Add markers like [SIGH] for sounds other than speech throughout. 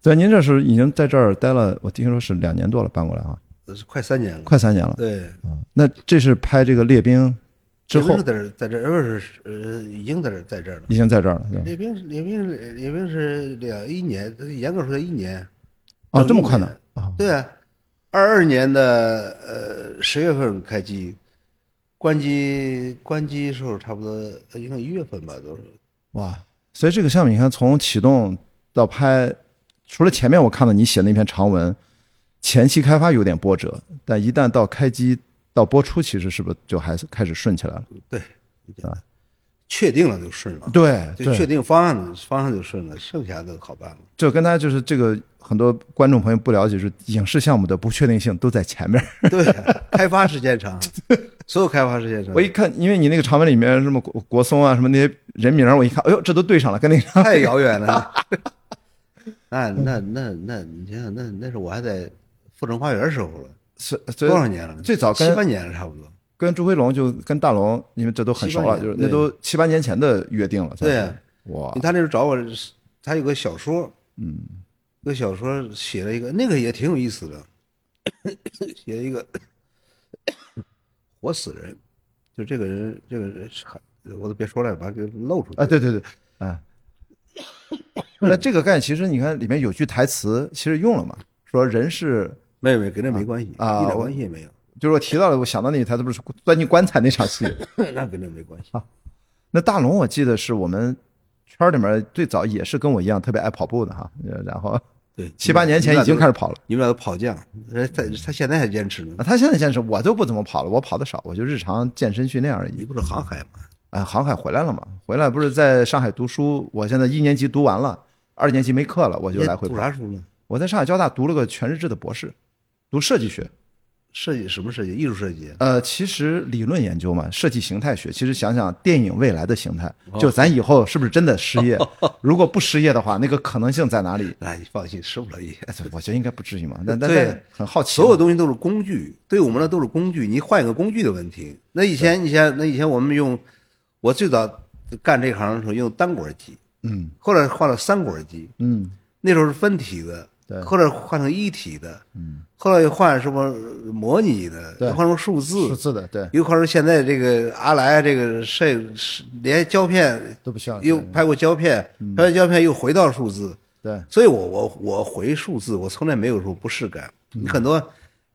对，您这是已经在这儿待了，我听说是两年多了，搬过来啊，呃快三年了。快三年了。对，那这是拍这个列兵之列后兵，在这儿在这儿，呃是呃已经在这儿在这儿了。已经在这儿了，对吧列兵是列兵是列兵是两一年，严格说才一年。哦，整这么一快呢年？对啊，二二年的呃十月份开机，关机关机时候差不多呃应该一月份吧，都是哇！所以这个项目，你看从启动到拍，除了前面我看到你写那篇长文，前期开发有点波折，但一旦到开机到播出，其实是不是就还是开始顺起来了？对，确定了就顺了，啊对就确对，定方案了，方案就顺了，剩下的好办了。就跟大家就是这个很多观众朋友不了解，就是影视项目的不确定性都在前面。对啊、开发时 [LAUGHS] 间长，所有开发时间长我，一看，因为你那个长文里面什么国国松啊，什么那些人名儿，我一看，哎呦，这都对上了，跟那个 [LAUGHS] 太遥远 [LAUGHS] 了。那那那那，你想想，那那是我还在阜成花园时候了，是多少年了？最早跟七八年了，差不多。跟朱飞龙就跟大龙，你们这都很熟了，七八年就是对那都七八年前的约定了。对算啊是，哇他那时候找我，他有个小说，嗯，有个小说写了一个，那个也挺有意思的，写了一个活死人，就这个人，这个人是还我都别说了，把它给露出来啊，对对对，啊，那这个概念其实你看里面有句台词，其实用了嘛，说人是，没有没有，跟这没关系，啊一点我关系也 [LAUGHS] 没有，就是我提到了，我想到那句台词不是钻进棺材那场 [LAUGHS] 戏，那跟这没关啊系。那大龙我记得是我们圈里面最早也是跟我一样特别爱跑步的哈，呃然后对，七八年前已经开始，始跑了。你们俩都跑将，人家他他现在还坚持啊，呢。他现在先是我都不怎么跑了，我跑的少，我就日常健身训练而已你。不是航海吗？啊，航海回来了嘛？回来不是在上海读书？我现在一年级读完了，二年级没课了，我我就来回读跑。啥书呢？我在上海交大读了个全日制的博士，读设计学。设计什么设计？艺术设计。呃，其实理论研究嘛，设计形态学。其实想想电影未来的形态，哦就咱以后是不是真的失 [LAUGHS] 业？如果不失业的话，那个可能性在哪里？哎，你放心，受不了也。哎我觉得应该不至于嘛。但但对但很好奇嘛，所有东西都是工具，对我们来都是工具。你换一个工具的问题。那以前，以前，那以前我们用，我最早干这行的时候用单管机，嗯后来换了三管机，嗯那时候是分体的对，嗯后来换成一体的，后来又换什么模拟的，对又换成数数字，字的对又换成现在这个阿莱啊这个摄影师连胶片都不需要又拍过胶片，拍完胶片又回到数字，对所以我我我回数字，我从来没有说不适感。你很多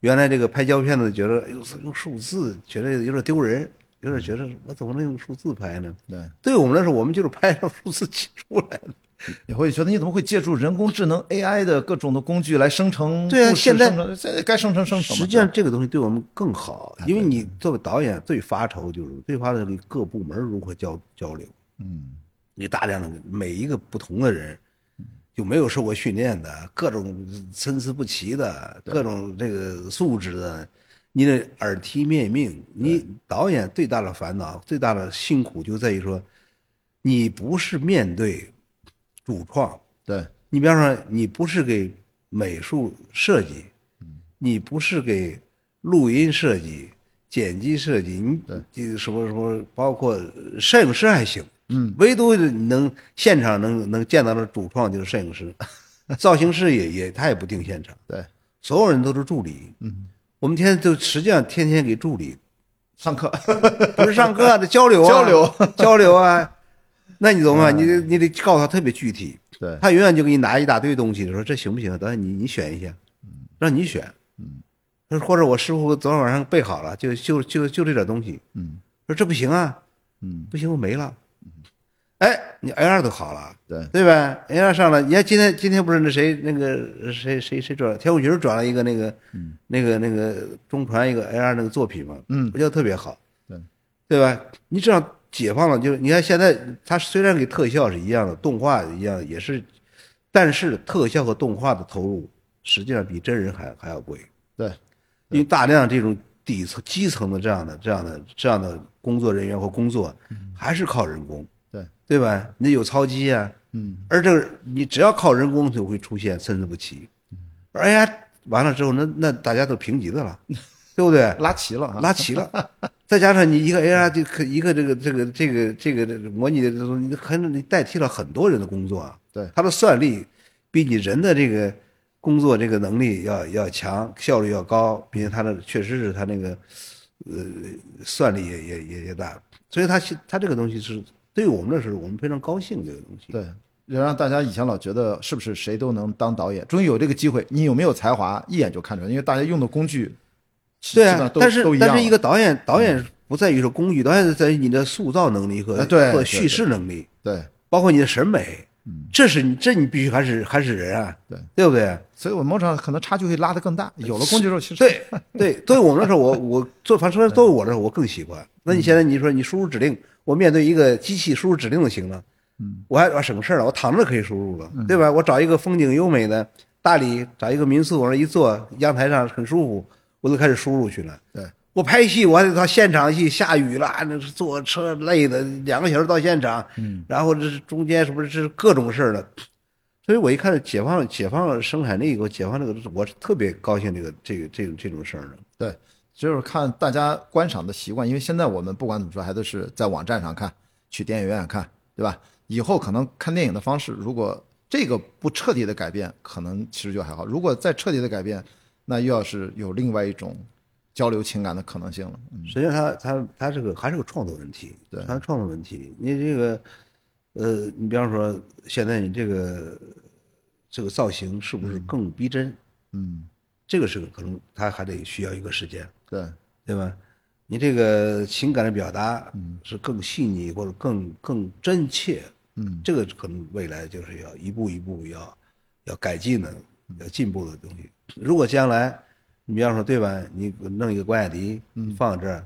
原来这个拍胶片的觉得，哎呦，用数字觉得有点丢人，有点觉得我怎么能用数字拍呢？对。对我们来说，我们就是拍上数字出来的。也会觉得你怎么会借助人工智能 AI 的各种的工具来生成对啊故事现在生成现在该生成生成嘛。实际上，这个东西对我们更好，因为你作为导演最发愁就是最发愁你各部门如何交交流。嗯，你大量的每一个不同的人，就没有受过训练的，各种参差不齐的，各种这个素质的，你得耳提面命。你导演最大的烦恼、最大的辛苦就在于说，你不是面对主创，对你比方说你不是给美术设计，你不是给录音设计、剪辑设计，你你什么什么，包括摄影师还行，嗯，唯独你能现场能能见到的主创就是摄影师，造型师也也他也不定现场，对，所有人都是助理，嗯，我们天天就实际上天天给助理，上 [LAUGHS] 课不是上课啊，得交流啊，交流交流啊，那你怎么办？你得你得告诉他特别具体，对他永远就给你拿一大堆东西，说这行不行啊？导演你你选一下，让你选。嗯，或者我师傅昨天晚上备好了，就就就就这点东西。嗯，说这不行啊，嗯不行我没了。哎，你 A 二都好了，对对吧？A 二上了，你看今天今天不是那谁那个谁谁谁转了田虎群转了一个那个、那个那个中传一个 A 二那个作品嘛，嗯我觉得特别好，对对吧？你至少解放了，就是你看现在它虽然给特效是一样的，动画一样也是，但是特效和动画的投入实际上比真人还还要贵，对因为大量这种底层基层的这样的这样的这样的工作人员和工作还是靠人工，嗯对，对吧？你得有操机啊，嗯，而这个你只要靠人工嗯就会出现参差不齐，而哎呀，完了之后那那大家都平级的了，对不对？拉齐了啊，拉齐 [LAUGHS] 了，再加上你一个 AR 这个一个这个这个这个这个这个模拟的这种，你可能你代替了很多人的工作啊。对它的算力比你人的这个工作这个能力要要强，效率要高，并且它的确实是它那个呃算力也也也也大，所以它其它这个东西是对于我们来说，我们非常高兴这个东西。对，也让大家以前老觉得是不是谁都能当导演，终于有这个机会，你有没有才华一眼就看出来，因为大家用的工具基对基本啊上，都但是都一样但了。嗯是一个导演，导演不在于说工具，导演在于你的塑造能力和、啊对和对叙对事能力，对，包括你的审美，这是你这你必须还是还是人啊，对对不对？所以我某种程度上可能差距会拉得更大。有了工具之后，其实对对，对我们来说，我我做反正说对我来说，我更喜欢。那你现在你说你输入指令，我面对一个机器输入指令就行了，嗯，我还我省事儿了，我躺着可以输入了，对吧？我找一个风景优美的大理，找一个民宿往那一坐，阳台上很舒服，我就开始输入去了。对我拍戏，我还得到现场去，下雨了，那是坐车累的，两个小时到现场，嗯，然后这是中间是不是是各种事儿了？所以我一看解放解放生产力以后，解放这个，我是特别高兴这个这个这种这种事儿的。对，就是看大家观赏的习惯，因为现在我们不管怎么说，还都是在网站上看，去电影院看，对吧？以后可能看电影的方式，如果这个不彻底的改变，可能其实就还好；如果再彻底的改变，那又要是有另外一种交流情感的可能性了。嗯，实际上它，它它这个还是个创作问题，对它是创作问题。你这个，呃，你比方说现在你这个这个造型是不是更逼真？嗯，这个是个可能，它还得需要一个时间，对，对吧？你这个情感的表达是更细腻或者更更真切，嗯，这个可能未来就是要一步一步要要改进的、要进步的东西。如果将来你比方说对吧，你弄一个关雅迪嗯放这儿，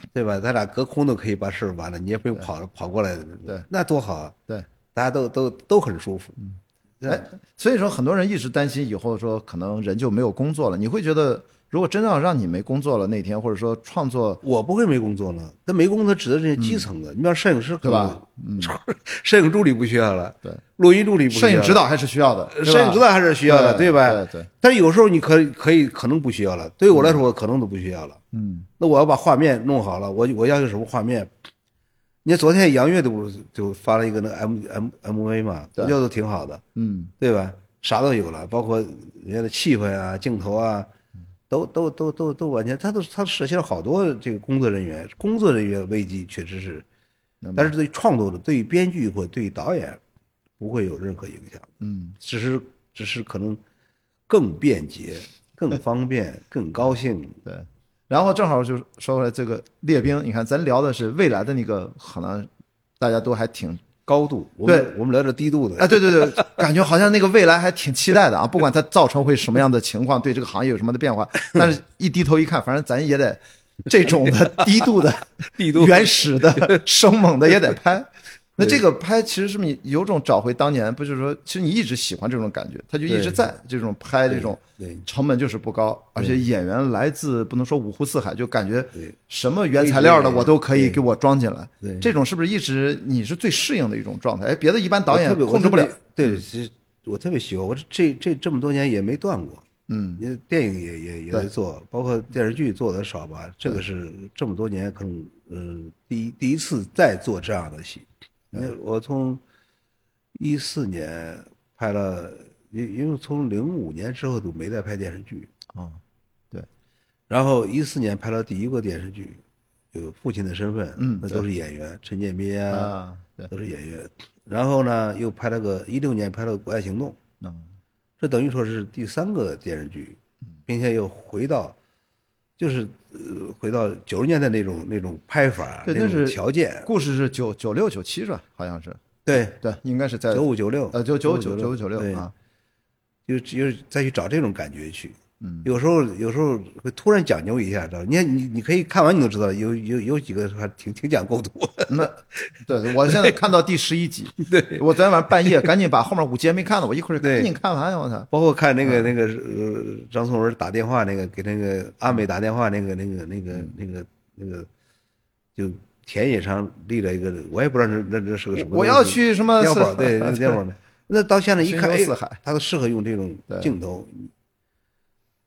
[LAUGHS] 对吧？咱俩隔空都可以把事儿完了，你也不用跑跑过来，对，那多好啊！对。大家都都都很舒服，对哎，所以说很多人一直担心以后说可能人就没有工作了。你会觉得，如果真要让你没工作了那天，或者说创作，我不会没工作了，那没工作指的是这些基层的，你比方摄影师嗯可对能吧？嗯，摄影助理不需要了，对，录音助理不需要摄了，呃影指导还是需要的，对吧摄影指导还是需要的，对吧？对对但是有时候你可以可以可能不需要了，对于我来说，我可能都不需要了。嗯，那我要把画面弄好了，我我要求什么画面？你看昨天杨越都不是就发了一个那个 M M M V 嘛，我对觉得挺好的，嗯，对吧？啥都有了，包括人家的气氛啊、镜头啊，都都都都都完全，他都他舍弃了好多这个工作人员，工作人员危机确实是，但是对创作者、对编剧或对导演不会有任何影响，嗯，只是只是可能更便捷、更方便、更高兴，对。然后正好就说回来这个列兵，你看咱聊的是未来的那个，可能大家都还挺高度，我们对我们聊着低度的啊，，对对对，感觉好像那个未来还挺期待的啊，不管它造成会什么样的情况，对这个行业有什么的变化，但是一低头一看，反正咱也得这种的低度的、 [LAUGHS] 低度原始的、生猛的也得 [LAUGHS] 拍。那这个拍其实是不是有种找回当年，不就是说，其实你一直喜欢这种感觉，它就一直在这种拍这种对成本就是不高，而且演员来自不能说五湖四海，就感觉对什么原材料的对对我都可以给我装进来对。这种是不是一直你是最适应的一种状态？哎，别的一般导我演特别控制不了。。嗯我特别对，其实我特别喜欢，我这这这这么多年也没断过。嗯，因为电影也也也在做，包括电视剧做的少吧。这个是这么多年可能呃第一第一次再做这样的戏。因嗯为我从一四年拍了，因因为从零五年之后就没再拍电视剧。哦，然后一四年拍了第一个电视剧，有父亲的身份，嗯那都是演员，陈建斌啊，对，都是演员。然后呢，又拍了个一六年拍了个《国爱行动》，嗯，这等于说是第三个电视剧，并且又回到，就是呃，回到九十年代那种那种拍法，啊对那那种是条件，故事是九九六九七是吧？好像是，对，对，应该是在九五九六，呃九九九九九六对啊，就就是再去找这种感觉去。嗯，有时候有时候会突然讲究一下，知道吧？你看你你可以看完你都知道，有有有几个还挺挺讲构图，那对我现在看到第十一 [LAUGHS] 集，对我昨天晚上半夜赶紧把后面五集还没看呢，我一会儿对赶紧看完，我操，包括看那嗯个那个呃张颂文打电话那个给那个阿美打电话那个那个那嗯个那个那个，就田野上立了一个，我也不知道那那那是个什么东西。我要去什么碉堡四对 [LAUGHS] 那个碉堡的。那到现在一看，神哎游四海，他都适合用这种镜头。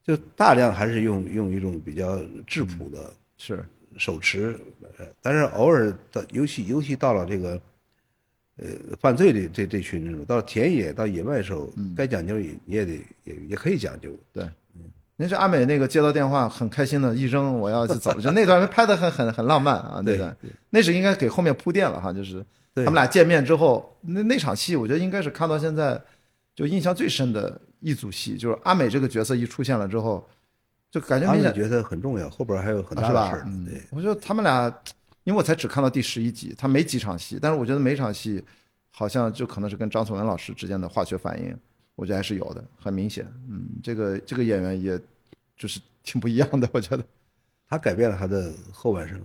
就大量还是用用一种比较质朴的是手持，呃但是偶尔的，尤其尤其到了这个，呃，犯罪这这这群人，到田野到野外的时候，嗯该讲究也也得也也可以讲究。对。您是阿美那个接到电话很开心的一扔，我要去走，就那段拍的很很很浪漫啊，那段那是应该给后面铺垫了哈，就是他对们俩见面之后那那场戏，我觉得应该是看到现在就印象最深的一组戏，就是阿美这个角色一出现了之后，就感觉他明们显觉得很重要，后边还有很大啊是的吧嗯事儿。对，我觉得他们俩，因为我才只看到第十一集，他没几场戏，但是我觉得每场戏好像就可能是跟张颂文老师之间的化学反应，我觉得还是有的，很明显。嗯，这个这个演员也就是挺不一样的，我觉得他改变了他的后半生，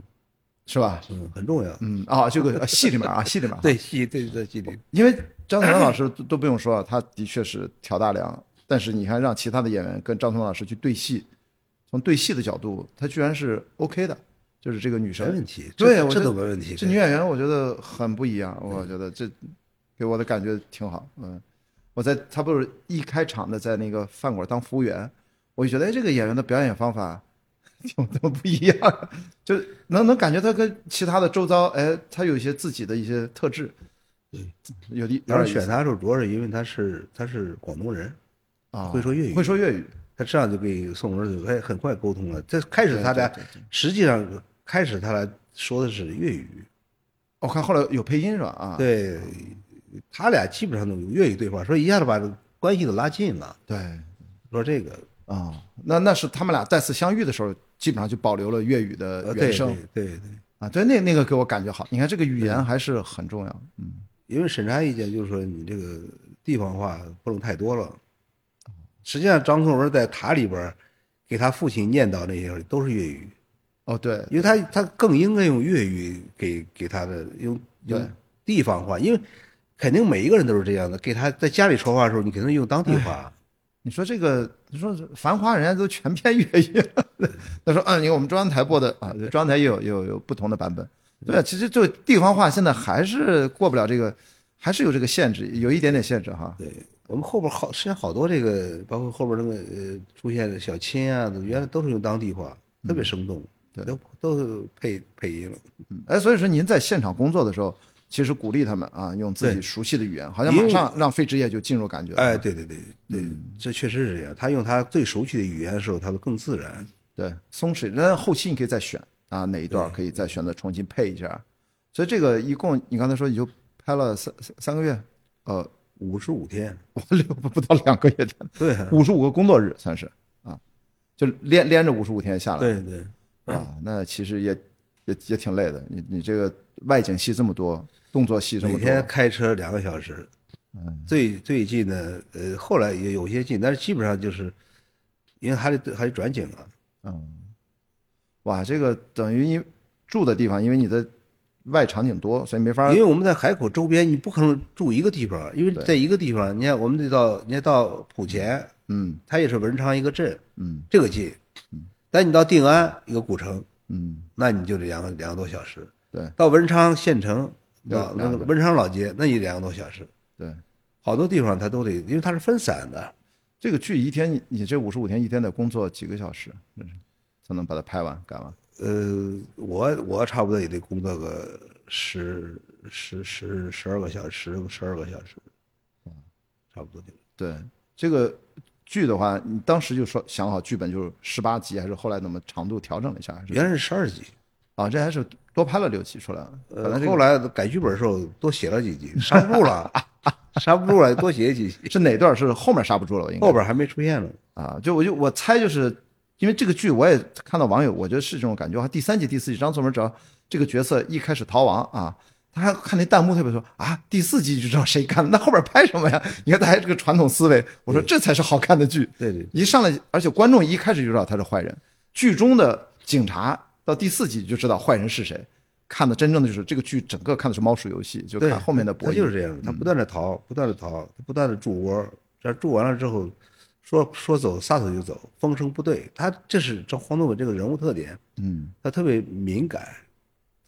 是吧？嗯，很重要。嗯啊，这个呃戏里面啊，戏里面，对，戏对在戏里，因为张颂文老师都都不用说，他的确是挑大梁，但是你看让其他的演员跟张颂文老师去对戏，从对戏的角度，他居然是 OK 的，就是这个女没生问题，对这我这觉都得没问题。这女演嗯员我觉得很不一样，我觉得这给我的感觉挺好。嗯，我在她不是一开场的在那个饭馆当服务员，我就觉得哎，这个演员的表演方法 [LAUGHS] 怎么怎么不一样， [LAUGHS] 就是能能感觉她跟其他的周遭，哎，她有一些自己的一些特质。有的当时选他的时候，主要是因为他是他是广东人，啊，会说粤语会说粤语，他这样就给宋文哎很快沟通了。这开始他俩对对实际上开始他俩说的是粤语，我看后来有配音是吧？啊，对，他俩基本上都用粤语对话，所以一下子把关系都拉近了。对，说这个啊、那那是他们俩再次相遇的时候，基本上就保留了粤语的呃，原对声对。对对，啊，对，那那个给我感觉好。你看这个语言还是很重要，嗯，因为审查意见就是说你这个地方话不能太多了。实际上，张颂文在塔里边儿给他父亲念叨那些都是粤语，哦对，因为他他更应该用粤语给给他的用对用地方话，因为肯定每一个人都是这样的。给他在家里说话的时候，你肯定用当地话。你说这个，你说《繁花》人家都全篇粤语， [LAUGHS] 他说，嗯，你看我们中央台播的啊，中央台也有也有有不同的版本，对啊，其实就地方话现在还是过不了这个，还是有这个限制，有一点点限制哈，我们后边好，实际上好多这个，包括后边那个呃出现的小亲啊，原来都是用当地话，特别生动，都都是配配音了。嗯哎，所以说您在现场工作的时候，其实鼓励他们啊，用自己对熟悉的语言，好像因马为上让费之业就进入感觉了，哎，对嗯对对对，这确实是这样。他用他最熟悉的语言的时候，他会更自然。对，松弛。那后期你可以再选啊，哪一段可以再选择重新配一下。所以这个一共你刚才说你就拍了三三三个月，呃，五十五天，我六不到两个月 [LAUGHS] 的，对五十五个工作日算是啊，就连连着五十五天下来对对，啊，那其实也也也挺累的。你你这个外景戏这么多，动作戏这每么天多，开车两个小时。最最近呢，呃，后来也有些近，但是基本上就是，因为还得还得转景啊。嗯哇，这个等于你住的地方，因为你的外场景多，所以没法因为我们在海口周边，你不可能住一个地方，因为在一个地方，你看我们得到，你看到莆田，嗯它也是文昌一个镇，嗯这个近。但你到定安一个古城，嗯那你就得两个两个多小时。对到文昌县城，对到那两个个文昌老街，那也两个多小时。对。好多地方它都得，因为它是分散的。这个剧一天，你你这五十五天一天得工作几个小时，真是才能把它拍完赶完。呃，我我差不多也得工作个十十十十二个小时，十二个小时，嗯差不多就。对这个剧的话，你当时就说想好剧本就是十八集，还是后来怎么长度调整了一下？还是原来是十二集，啊，这还是多拍了六集出来了。本来呃，这后个来改剧本的时候多写了几集， [LAUGHS] 刹不住了，刹不住了，多写几 [LAUGHS] 集。是哪段是后面刹不住了吧？应该后边还没出现呢，啊，就我就我猜就是因为这个剧，我也看到网友，我觉得是这种感觉。第三集、第四集，张颂文只要这个角色一开始逃亡啊，他还看那弹幕特别说啊，第四集就知道谁干的，那后边拍什么呀？你看他还是个传统思维，我说这才是好看的剧。对对，一上来，而且观众一开始就知道他是坏人，剧中的警察到第四集就知道坏人是谁。看的真正的就是这个剧，整个看的是猫鼠游戏，就对，看后面的他博弈。就是这样，他不断的逃，不断的逃，他不断的筑窝，这筑完了之后，说说走撒腿就走，风声不对，他这是这黄宗纬这个人物特点，嗯，他特别敏感，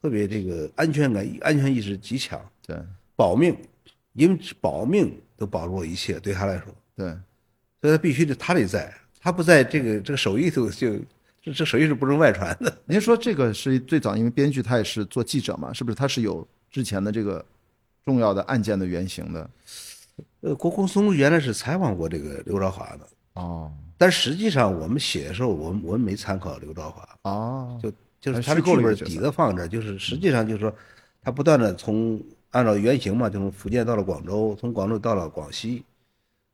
特别这个安全感、安全意识极强，对保命，因为保命都保住了一切，对他来说，对，所以他必须得他得在，它不在这个这个手艺术就这这手艺是不能外传的。 [LAUGHS] 您说这个是最早，因为编剧他也是做记者嘛，是不是？他是有之前的这个重要的案件的原型的。呃，国库松原来是采访过这个刘兆华的，哦但实际上我们写的时候，我们我们没参考刘兆华，哦，就就是还他的虚构剧了一个本角底色子放这儿，就是实际上就是说，他不断的从按照原型嘛，就从福建到了广州，从广州到了广西，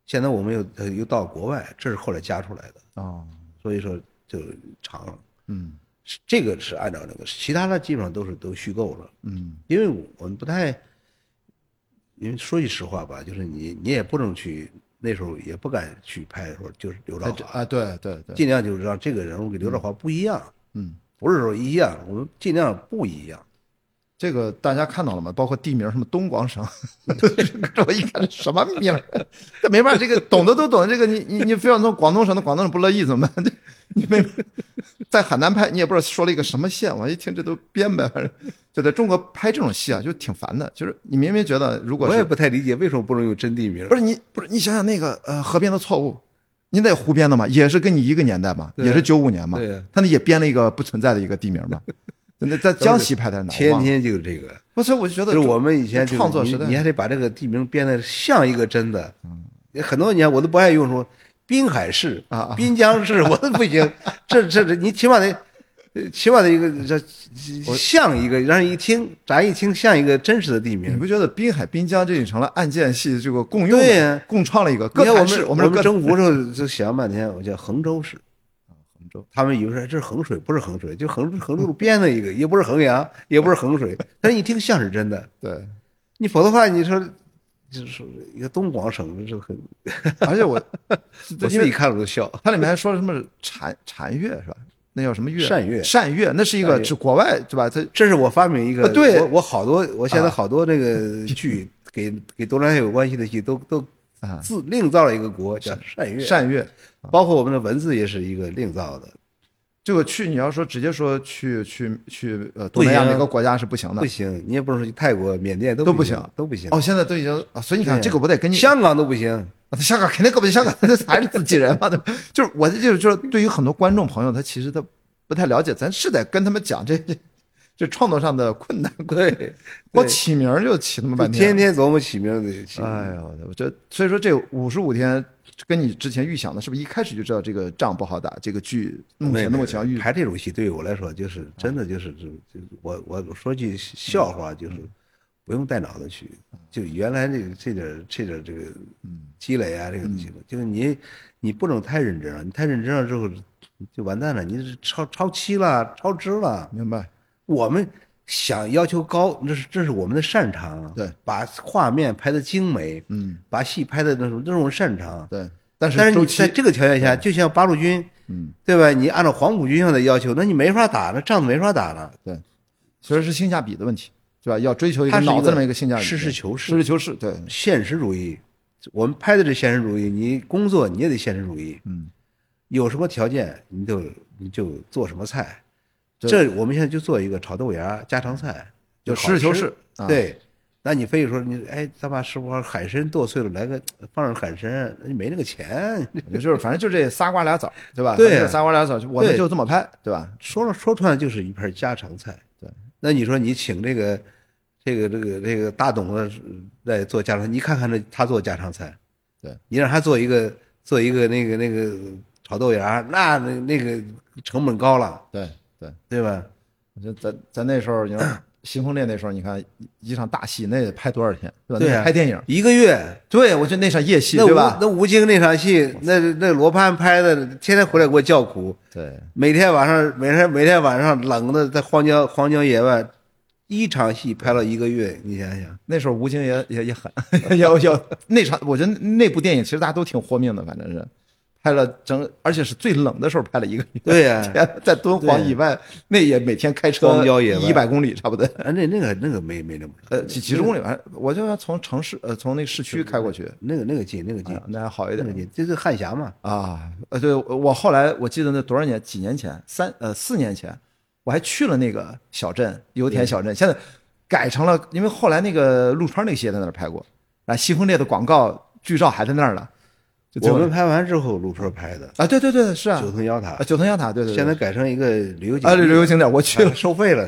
现在我们又呃又到国外，这是后来加出来的，哦，所以说就长了。嗯是这个是按照那个，其他的基本上都是都虚构了，嗯，因为我们不太，因为说句实话吧，就是你你也不能去，那时候也不敢去拍说就是刘哎兆这华，啊，对对对，尽量就是让这个人物跟刘兆华不一样，嗯，不是说一样，我们尽量不一样。这个大家看到了吗？包括地名什么东广省， [LAUGHS] 我一看什么名儿，这没办法，这个懂的都懂，这个你你你非要弄广东省的，广东省不乐意怎么办？这 [LAUGHS] 你没办法在海南拍，你也不知道说了一个什么县，我一听这都编呗，反正就在中国拍这种戏啊，就挺烦的。就是你明明觉得如果我也是不太理解为什么不能用真地名不，是你不是你想想那个呃河边的错误，您在湖边的嘛，也是跟你一个年代嘛，对也是九五年嘛对呀，他那也编了一个不存在的一个地名 [LAUGHS] 嘛，那在江西拍的哪儿天忘了？天就是这个。不是，我就觉得就是我们以前就是创作你时代嗯你还得把这个地名变得像一个真的。很多年我都不爱用说滨海市啊啊 [LAUGHS] 滨江市，我都 [LAUGHS] 不行。这这这，你起码得，呃起码得一个这像一个，让人一听，咱一听像一个真实的地你名。不觉得滨海滨江这已经成了案件系这个共用的、嗯对呀共创了一个？你各看我台市们我们们各征服的时候就想半天，我叫衡州市，杭州，他们以为说这是衡水，不是衡水，就衡衡州边的一个，也不是衡阳，也不是衡水，但是一听像是真的。对，你否则的话，你说就是说一个东广省，这是很，而且 [LAUGHS] 我我因自己为看了都笑。它里面还说了什么禅禅乐是吧？那叫什么乐？善乐善乐，那是一善个乐是国外对吧？它这是我发明一个，啊对我我好多，我现在好多那个 [LAUGHS] 剧给给东南亚有关系的戏都都啊自另造了一个国叫善乐，善乐，包括我们的文字也是一个另造的，这个去你要说直接说去去去呃不东南亚行啊哪个国家是不行的不行，你也不能说去泰国、缅甸都都不不行行，都不行，哦，现在都已经啊，所以你看对这个我得跟你香港都不行，啊香港肯定搞不定，香港那还是自己人嘛，对吧？就是我的就是就是对于很多观众朋友，他其实他不太了解，咱是得跟他们讲这 [LAUGHS] 这这创作上的困难。对，我起名儿就起那么就半天天琢磨起名儿的起名儿，哎呦，我觉得所以说这五十五天跟你之前预想的，是不是一开始就知道这个仗不好打？这个剧目没前那么强啊没预拍这种戏对于我来说就是真的就是就就我我说句笑话嗯就是不用带脑子去，就原来这个这点儿这点儿这个嗯积累啊这个东西，就是你你不能太认真啊了，你太认真了之后就完蛋了，你是超超期了，超支了。明白？我们想要求高，这是这是我们的擅长啊。对，把画面拍的精美，嗯，把戏拍的那种这种擅长。啊对。但但是是周你期在这个条件下，就像八路军，嗯，对吧？你按照黄埔军校的要求，那你没法打了，仗子没法打了。对，其实是性价比的问题，对吧？要追求一它个是一脑子个里面一个性价比，实事求是实事求是，对，现实主义，我们拍的是现实主义，你工作你也得现实主义。嗯，有什么条件你就你就做什么菜。对这我们现在就做一个炒豆芽家常菜，就就好实事求吃是啊对，那你非得说你哎，咱把师傅海参剁碎了来个放上海参，你没那个钱。我觉得 [LAUGHS] 就是反正就这仨瓜俩枣，对吧？对反正就仨瓜俩枣，我们对就这么拍，对吧？说了说穿了就是一盘家常菜。对，那你说你请这个这个这个这个大董的来做家常，你看看这他做家常菜，对你让他做一个做一个那个那个炒豆芽，那那那个成本高了，对对，对吧？我觉得咱咱那时候，你看新婚烈那时候，你看一一场大戏那得拍多少天，对吧？对那啊得拍电影，一个月。对我觉得那场夜戏，那对吴吧？那吴京那场戏，那那罗盘拍的，天天回来给我叫苦。对，每天晚上，每天每天晚上冷的，在荒郊荒郊野外，一场戏拍了一个月，你想想，那时候吴京也也也狠， [LAUGHS] 要要那场，我觉得那部电影其实大家都挺豁命的，反正是拍了整，而且是最冷的时候拍了一个月。对呀、天在敦煌以外，那也每天开车荒郊野外一百公里差不多，啊，那那个那个没没那么呃，几几十公里，反正我就要从城市呃从那个市区开过去，那个那个近，那个近啊，那还好一那点个。近，这是汉霞嘛？啊，呃，对，我后来我记得那多少年，几年前，三呃四年前，我还去了那个小镇，油嗯田小镇，现在改成了，因为后来那个陆川那个戏也在那儿拍过，啊，西风烈的广告剧照还在那儿了，就最我后们拍完之后，陆川拍的啊，对对对，是啊，九层妖塔啊，，九层妖塔，对对对，现在嗯改成一个旅游景啊旅游景景点我去了，收费 [LAUGHS] 了。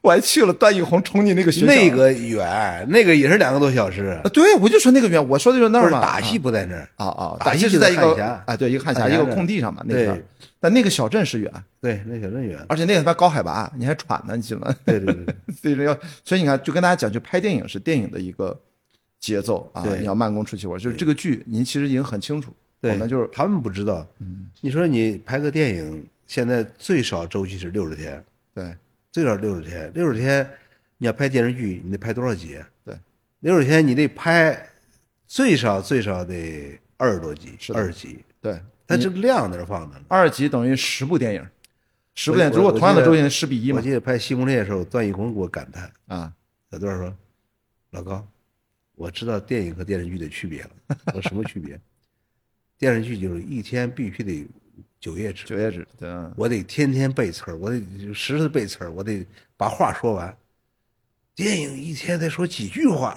我还去了段奕宏冲进那个学校，那个远，那个也是两个多小时啊，，对，我就说那个远，我说的就是那不儿是嘛，打戏不在那儿。啊啊，打打戏戏就是在一汉个峡啊，对，一个汉峡，汉一峡个那儿空地上嘛，啊那对个地方，但那个小镇是远，对，那小镇远。而且那个还高海拔，你还喘呢，你进门，对对对对，所以要，所以你看，就跟大家讲，就拍电影是电影的一个节奏啊，对你要慢工出细活，就是这个剧您其实已经很清楚，对我们就是嗯他们不知道。你说你拍个电影，现在最少周期是六十天，对最少六十天。六十天，你要拍电视剧，你得拍多少集啊？对，六十天你得拍最少最少得二十多集，的二十集。对，但这个量在那儿放着呢。二集等于十部电影，十部我电影，我如果我同样的记周得期，十比一我嘛，记得拍《西宫烈》的时候，段奕宏给我感叹，啊，小段说：“老高，我知道电影和电视剧的区别了。我说什么区别？ [LAUGHS] 电视剧就是一天必须得九页纸，九页纸，对啊，我得天天背词儿，我得时时背词儿，我得把话说完。电影一天才说几句话，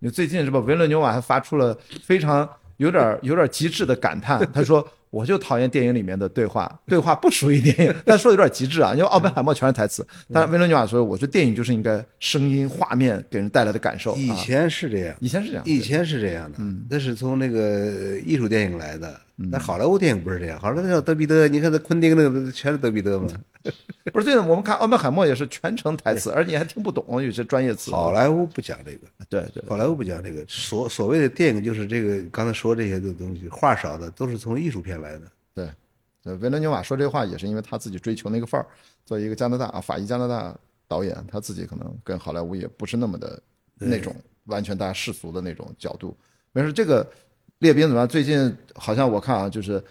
你最近是吧？维伦纽瓦还发出了非常有点儿有点儿极致的感叹，他说：“我就讨厌电影里面的对话，对话不属于电影。”但说的有点极致啊，因为奥本海默全是台词。但是维伦纽瓦说：“我说电影就是应该声音、画面给人带来的感受。”以啊、前是这样，以前是这样，嗯以前是这样的，那是从那个艺术电影来的。但好莱坞电影不是这样，好莱坞叫德彼得，你看那昆汀那个全是德彼得嗯嘛。不是对的。我们看奥本海默也是全程台词，而且你还听不懂有些专业词。好莱坞不讲这个，对对好莱坞不讲这个，所所谓的电影就是这个刚才说这些的东西，话少的都是从艺术片来的。对，对维伦纽瓦说这话也是因为他自己追求那个范儿，作为一个加拿大啊法裔加拿大导演，他自己可能跟好莱坞也不是那么的那种完全大家世俗的那种角度。没事，这个列兵怎么样？最近好像我看啊，就是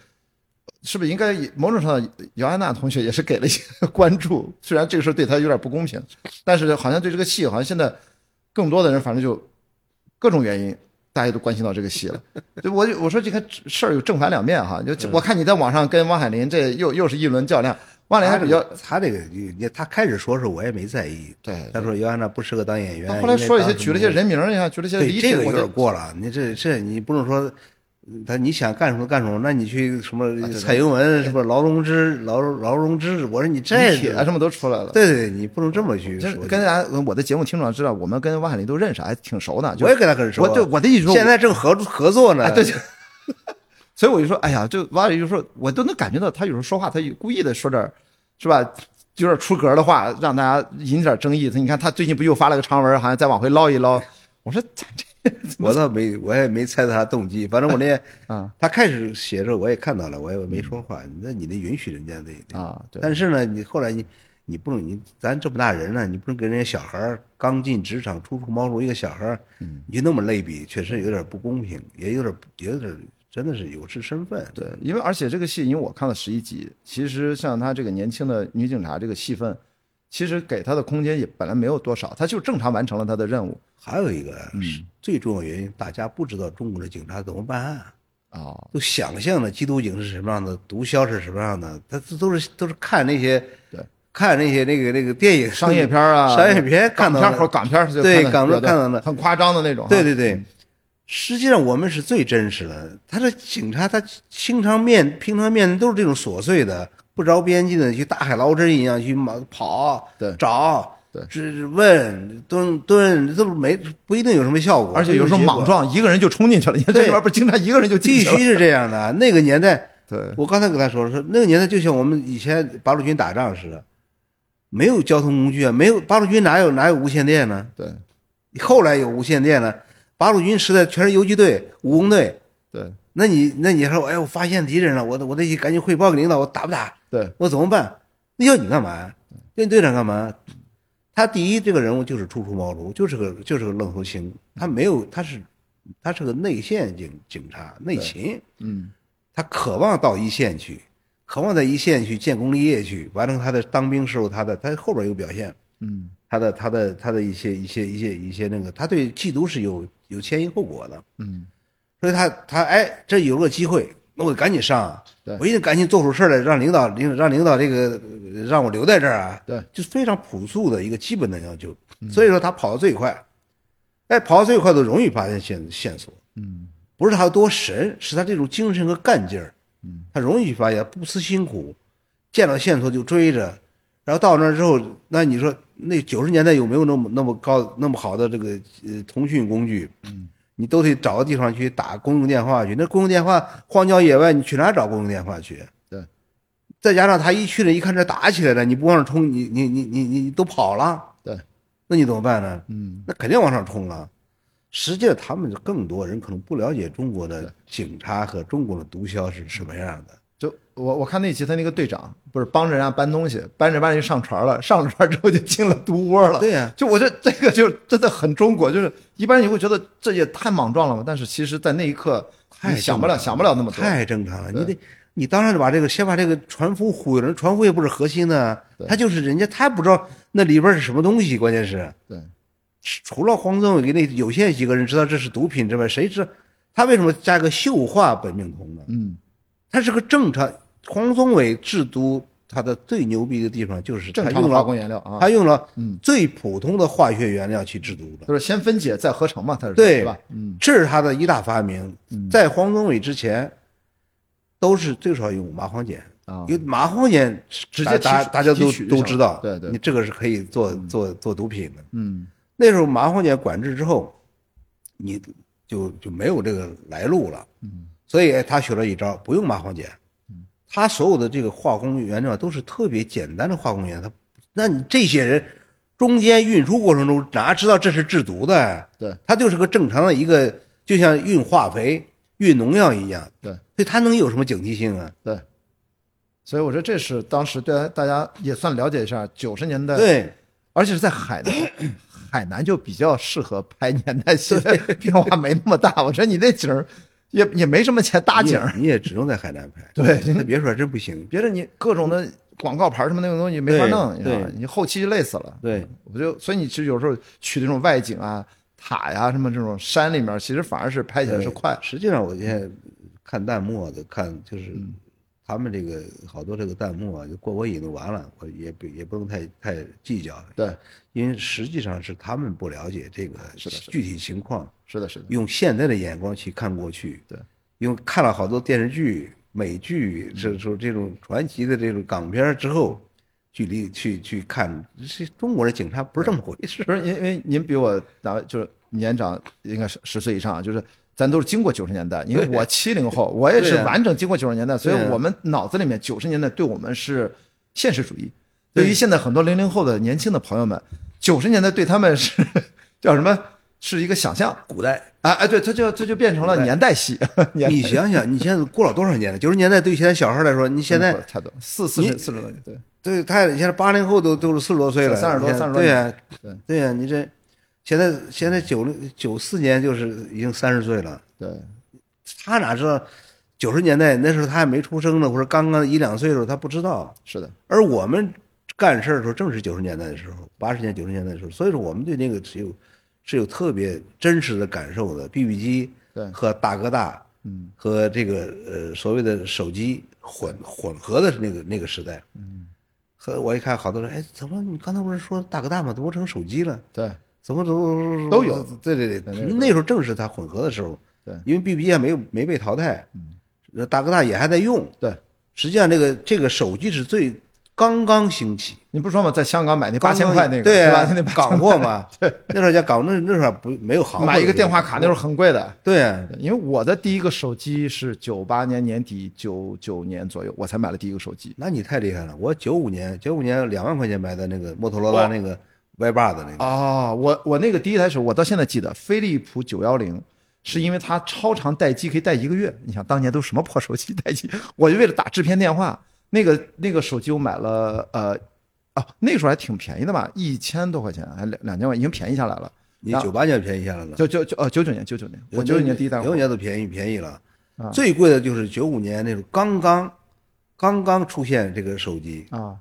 是不是应该也某种程度上，姚安娜同学也是给了一些关注，虽然这个事儿对她有点不公平，但是好像对这个戏，好像现在更多的人反正就各种原因。大家都关心到这个戏了， [LAUGHS] 就我就我说这个事儿有正反两面哈，就我看你在网上跟汪海林这又又是一轮较量，汪海林他还这比较个他这个，你你他开始说时候我也没在意，对，他说姚安娜不适合当演员。他后来因为说一当些时举了一些人名儿呀，举了一些对离题，这个有我嗯就点过了，啊你这这你不能说他你想干什么干什么，那你去什啊么蔡英文是不是劳荣枝劳劳荣枝？我说你这离题啊什么都出来了。对对，你不能这么去就是说。跟大家，我的节目听众知道，我们跟汪海林都认识，还挺熟的。就我也跟他很熟啊，我对我的意思说，现在正合合作呢。对，就所以我就说，哎呀，就汪海林就说，我都能感觉到他有时候说话，他有故意的说点儿，是吧？有点出格的话，让大家引起点争议。你看他最近不又发了个长文，好像再往回捞一捞。我说咱这我倒没，我也没猜到他动机。反正我 [LAUGHS] 那啊，他开始写的时候我也看到了，我也没嗯说话。那你得允许人家得啊，对，但是呢，你后来你你不能，你咱这么大人了，你不能跟人家小孩儿刚进职场、初出茅庐一个小孩儿，嗯你就那么类比，确实有点不公平，也有点也有点真的是有失身份。对，因为而且这个戏，因为我看了十一集，其实像她这个年轻的女警察这个戏份，其实给她的空间也本来没有多少，她就正常完成了她的任务还有一个嗯是最重要原因，大家不知道中国的警察怎么办案、哦，都想象了缉毒警是什么样的，毒枭是什么样的，他这都是都是看那些，对，看那些那个那个电影商业片儿啊，商业片港看到片儿或者了港片儿就对看港片到儿看到了很夸张的那种，对，对对，实际上我们是最真实的。他这警察，他经常面平常面都是这种琐碎的、不着边际的，去大海捞针一样去忙跑、对找、对这问、蹲蹲，都没不一定有什么效果。而且有时候没莽结果，撞，一个人就冲进去了，你看这对里边不是经常一个人 [LAUGHS] 就进必去了须，是这样的。那个年代，对，我刚才跟他说说，那个年代就像我们以前八路军打仗似的，没有交通工具啊，没有八路军哪有哪有无线电呢？对，后来有无线电了，八路军时代全是游击队、武工队。对，那你那你说，哎，我发现敌人了，我得我得赶紧汇报给领导，我打不打？对，我怎么办？那要你干嘛呀？要你队长干嘛？他第一，这个人物就是初出茅庐，就是个就是个愣头青，他没有，他是他是个内线警警察，内勤，嗯，他渴望到一线去，渴望在一线去建功立业去，完成他的当兵时候他的他后边有表现，嗯，他的他的他的一些一些一些一些那个，他对缉毒是有有前因后果的，嗯，所以他他哎，这有个机会，那我得赶紧上啊对，我一定赶紧做出事儿来，让领导领让领导这个呃让我留在这儿啊，对，嗯就是非常朴素的一个基本的要求，所以说他跑得最快，哎，跑得最快的容易发现线线索，嗯，不是他有多神，是他这种精神和干劲儿。嗯他容易发现，不辞辛苦，见到线索就追着，然后到那儿之后，那你说那九十年代有没有那么那么高那么好的这个呃通讯工具？嗯，你都得找个地方去打公用电话去。那公用电话荒郊野外，你去哪儿找公用电话去？对。再加上他一去了，一看这打起来了，你不往上冲，你你你你你都跑了，对，那你怎么办呢？嗯，那肯定往上冲了。实际上，他们更多人可能不了解中国的警察和中国的毒枭是什么样的。就我我看那集他那个队长不是帮着人家搬东西，搬着搬着就上船了，上了船之后就进了毒窝了。对呀就我觉得这个就真的很中国，就是一般人会觉得这也太莽撞了嘛，但是其实，在那一刻太你想不了想不了那么多。太正常了。你得，你当然得把这个先把这个船夫忽悠了，船夫也不是核心呢，他就是人家他不知道那里边是什么东西，关键是对，除了黄宗纬那有限几个人知道这是毒品之外，谁知道他为什么加个溴化苯命酮呢？嗯，他是个正常，黄宗纬制毒他的最牛逼的地方就是正他常的用化工了原料啊他，用了嗯最普通的化学原料去制毒的。就是先分解再合成嘛，他是对吧？嗯，这是他的一大发明。在黄宗纬之前，都是最少用麻黄碱啊因为麻黄碱直接大提取大家提都取就都行知道，对对你这个是可以做做做毒品的。嗯，那时候麻黄碱管制之后，你就就没有这个来路了。嗯，所以他学了一招，不用麻黄碱，嗯他所有的这个化工原料都是特别简单的化工原料。他，那你这些人中间运输过程中哪知道这是制毒的呀？对他就是个正常的一个，就像运化肥、运农药一样，对所以他能有什么警惕性啊？对，所以我觉得这是当时对大家也算了解一下九十年代对，而且是在海南，海南就比较适合拍年代戏，变化没那么大。我说你那景儿也也没什么钱搭你景也儿，你也只能在海南拍，对那别说真不行。 [LAUGHS] 别的你各种的广告牌儿什么那种东西没法对弄，你知道对吧？你后期就累死了。对，我就所以你其实有时候去那种外景啊、塔呀、什么这种山里面，其实反而是拍起来是快。啊实际上，我现在看弹幕的看就是嗯他们这个好多这个弹幕啊，就过过瘾就完了，我也不也不用太太计较，对，因为实际上是他们不了解这个是的是的具体情况，是的，是的，用现在的眼光去看过去，对，嗯因为看了好多电视剧、美剧，这说这种传奇的这种港片儿之后，距离去去看，是中国的警察不是这么回事不。是因因为您比我大，就是年长，应该是十岁以上啊，就是咱都是经过九十年代，因为我七零后，我也是对啊完整经过九十年代，所以对啊我们脑子里面九十年代对我们是现实主义。对于现在很多零零后的年轻的朋友们，九十年代对他们是叫什么？是一个想象古代啊啊！对，它就它就变成了年代戏， [LAUGHS] 年你想想，你现在过了多少年了？九十年代对于现在小孩来说，你现在太多四四十你四十多年，对对他现在八零后都都是四十多岁了，三十多你看三十多对呀对，对呀，你这现在现在九零九四年就是已经三十岁了，对他哪知道九十年代那时候他还没出生呢，或者刚刚一两岁的时候他不知道，是的，而我们干事儿的时候正是九十年代的时候，八十年九十年代的时候，所以说我们对那个是有是有特别真实的感受的。BB 机对和大哥大，嗯，和这个呃所谓的手机混混合的那个那个时代，嗯，和我一看好多人，哎，怎么你刚才不是说大哥大吗？怎么成手机了？对怎么怎么怎么都有，对对对，那时候正是它混合的时候，对因为 BB 机还没有没被淘汰，嗯，大哥大也还在用，对。实际上，这个这个手机是最刚刚兴起，你不说吗？在香港买那八刚千刚块那个，对是啊吧？那八千港货 [LAUGHS] 嘛，那时候叫港，那那时候不没有行货，买一个电话卡那时候很贵的，对啊，因为我的第一个手机是九八年年底九九年左右，我才买了第一个手机。那你太厉害了，我九五年九五年两万块钱买的那个摩托罗拉那个 Y 八的那个，哦，我我那个第一台手，我到现在记得，飞利浦九幺零，是因为它超长待机，可以待一个月。你想当年都什么破手机待机， [LAUGHS] 我就为了打制片电话，那个那个手机我买了，呃，啊，那个时候还挺便宜的吧，一千多块钱，还两两千块，已经便宜下来了。你然后九八年便宜下来了，就就就呃九九年九九年，我九九年第一台九九年都便宜便宜了啊，最贵的就是九五年那时候刚刚刚刚出现这个手机，啊。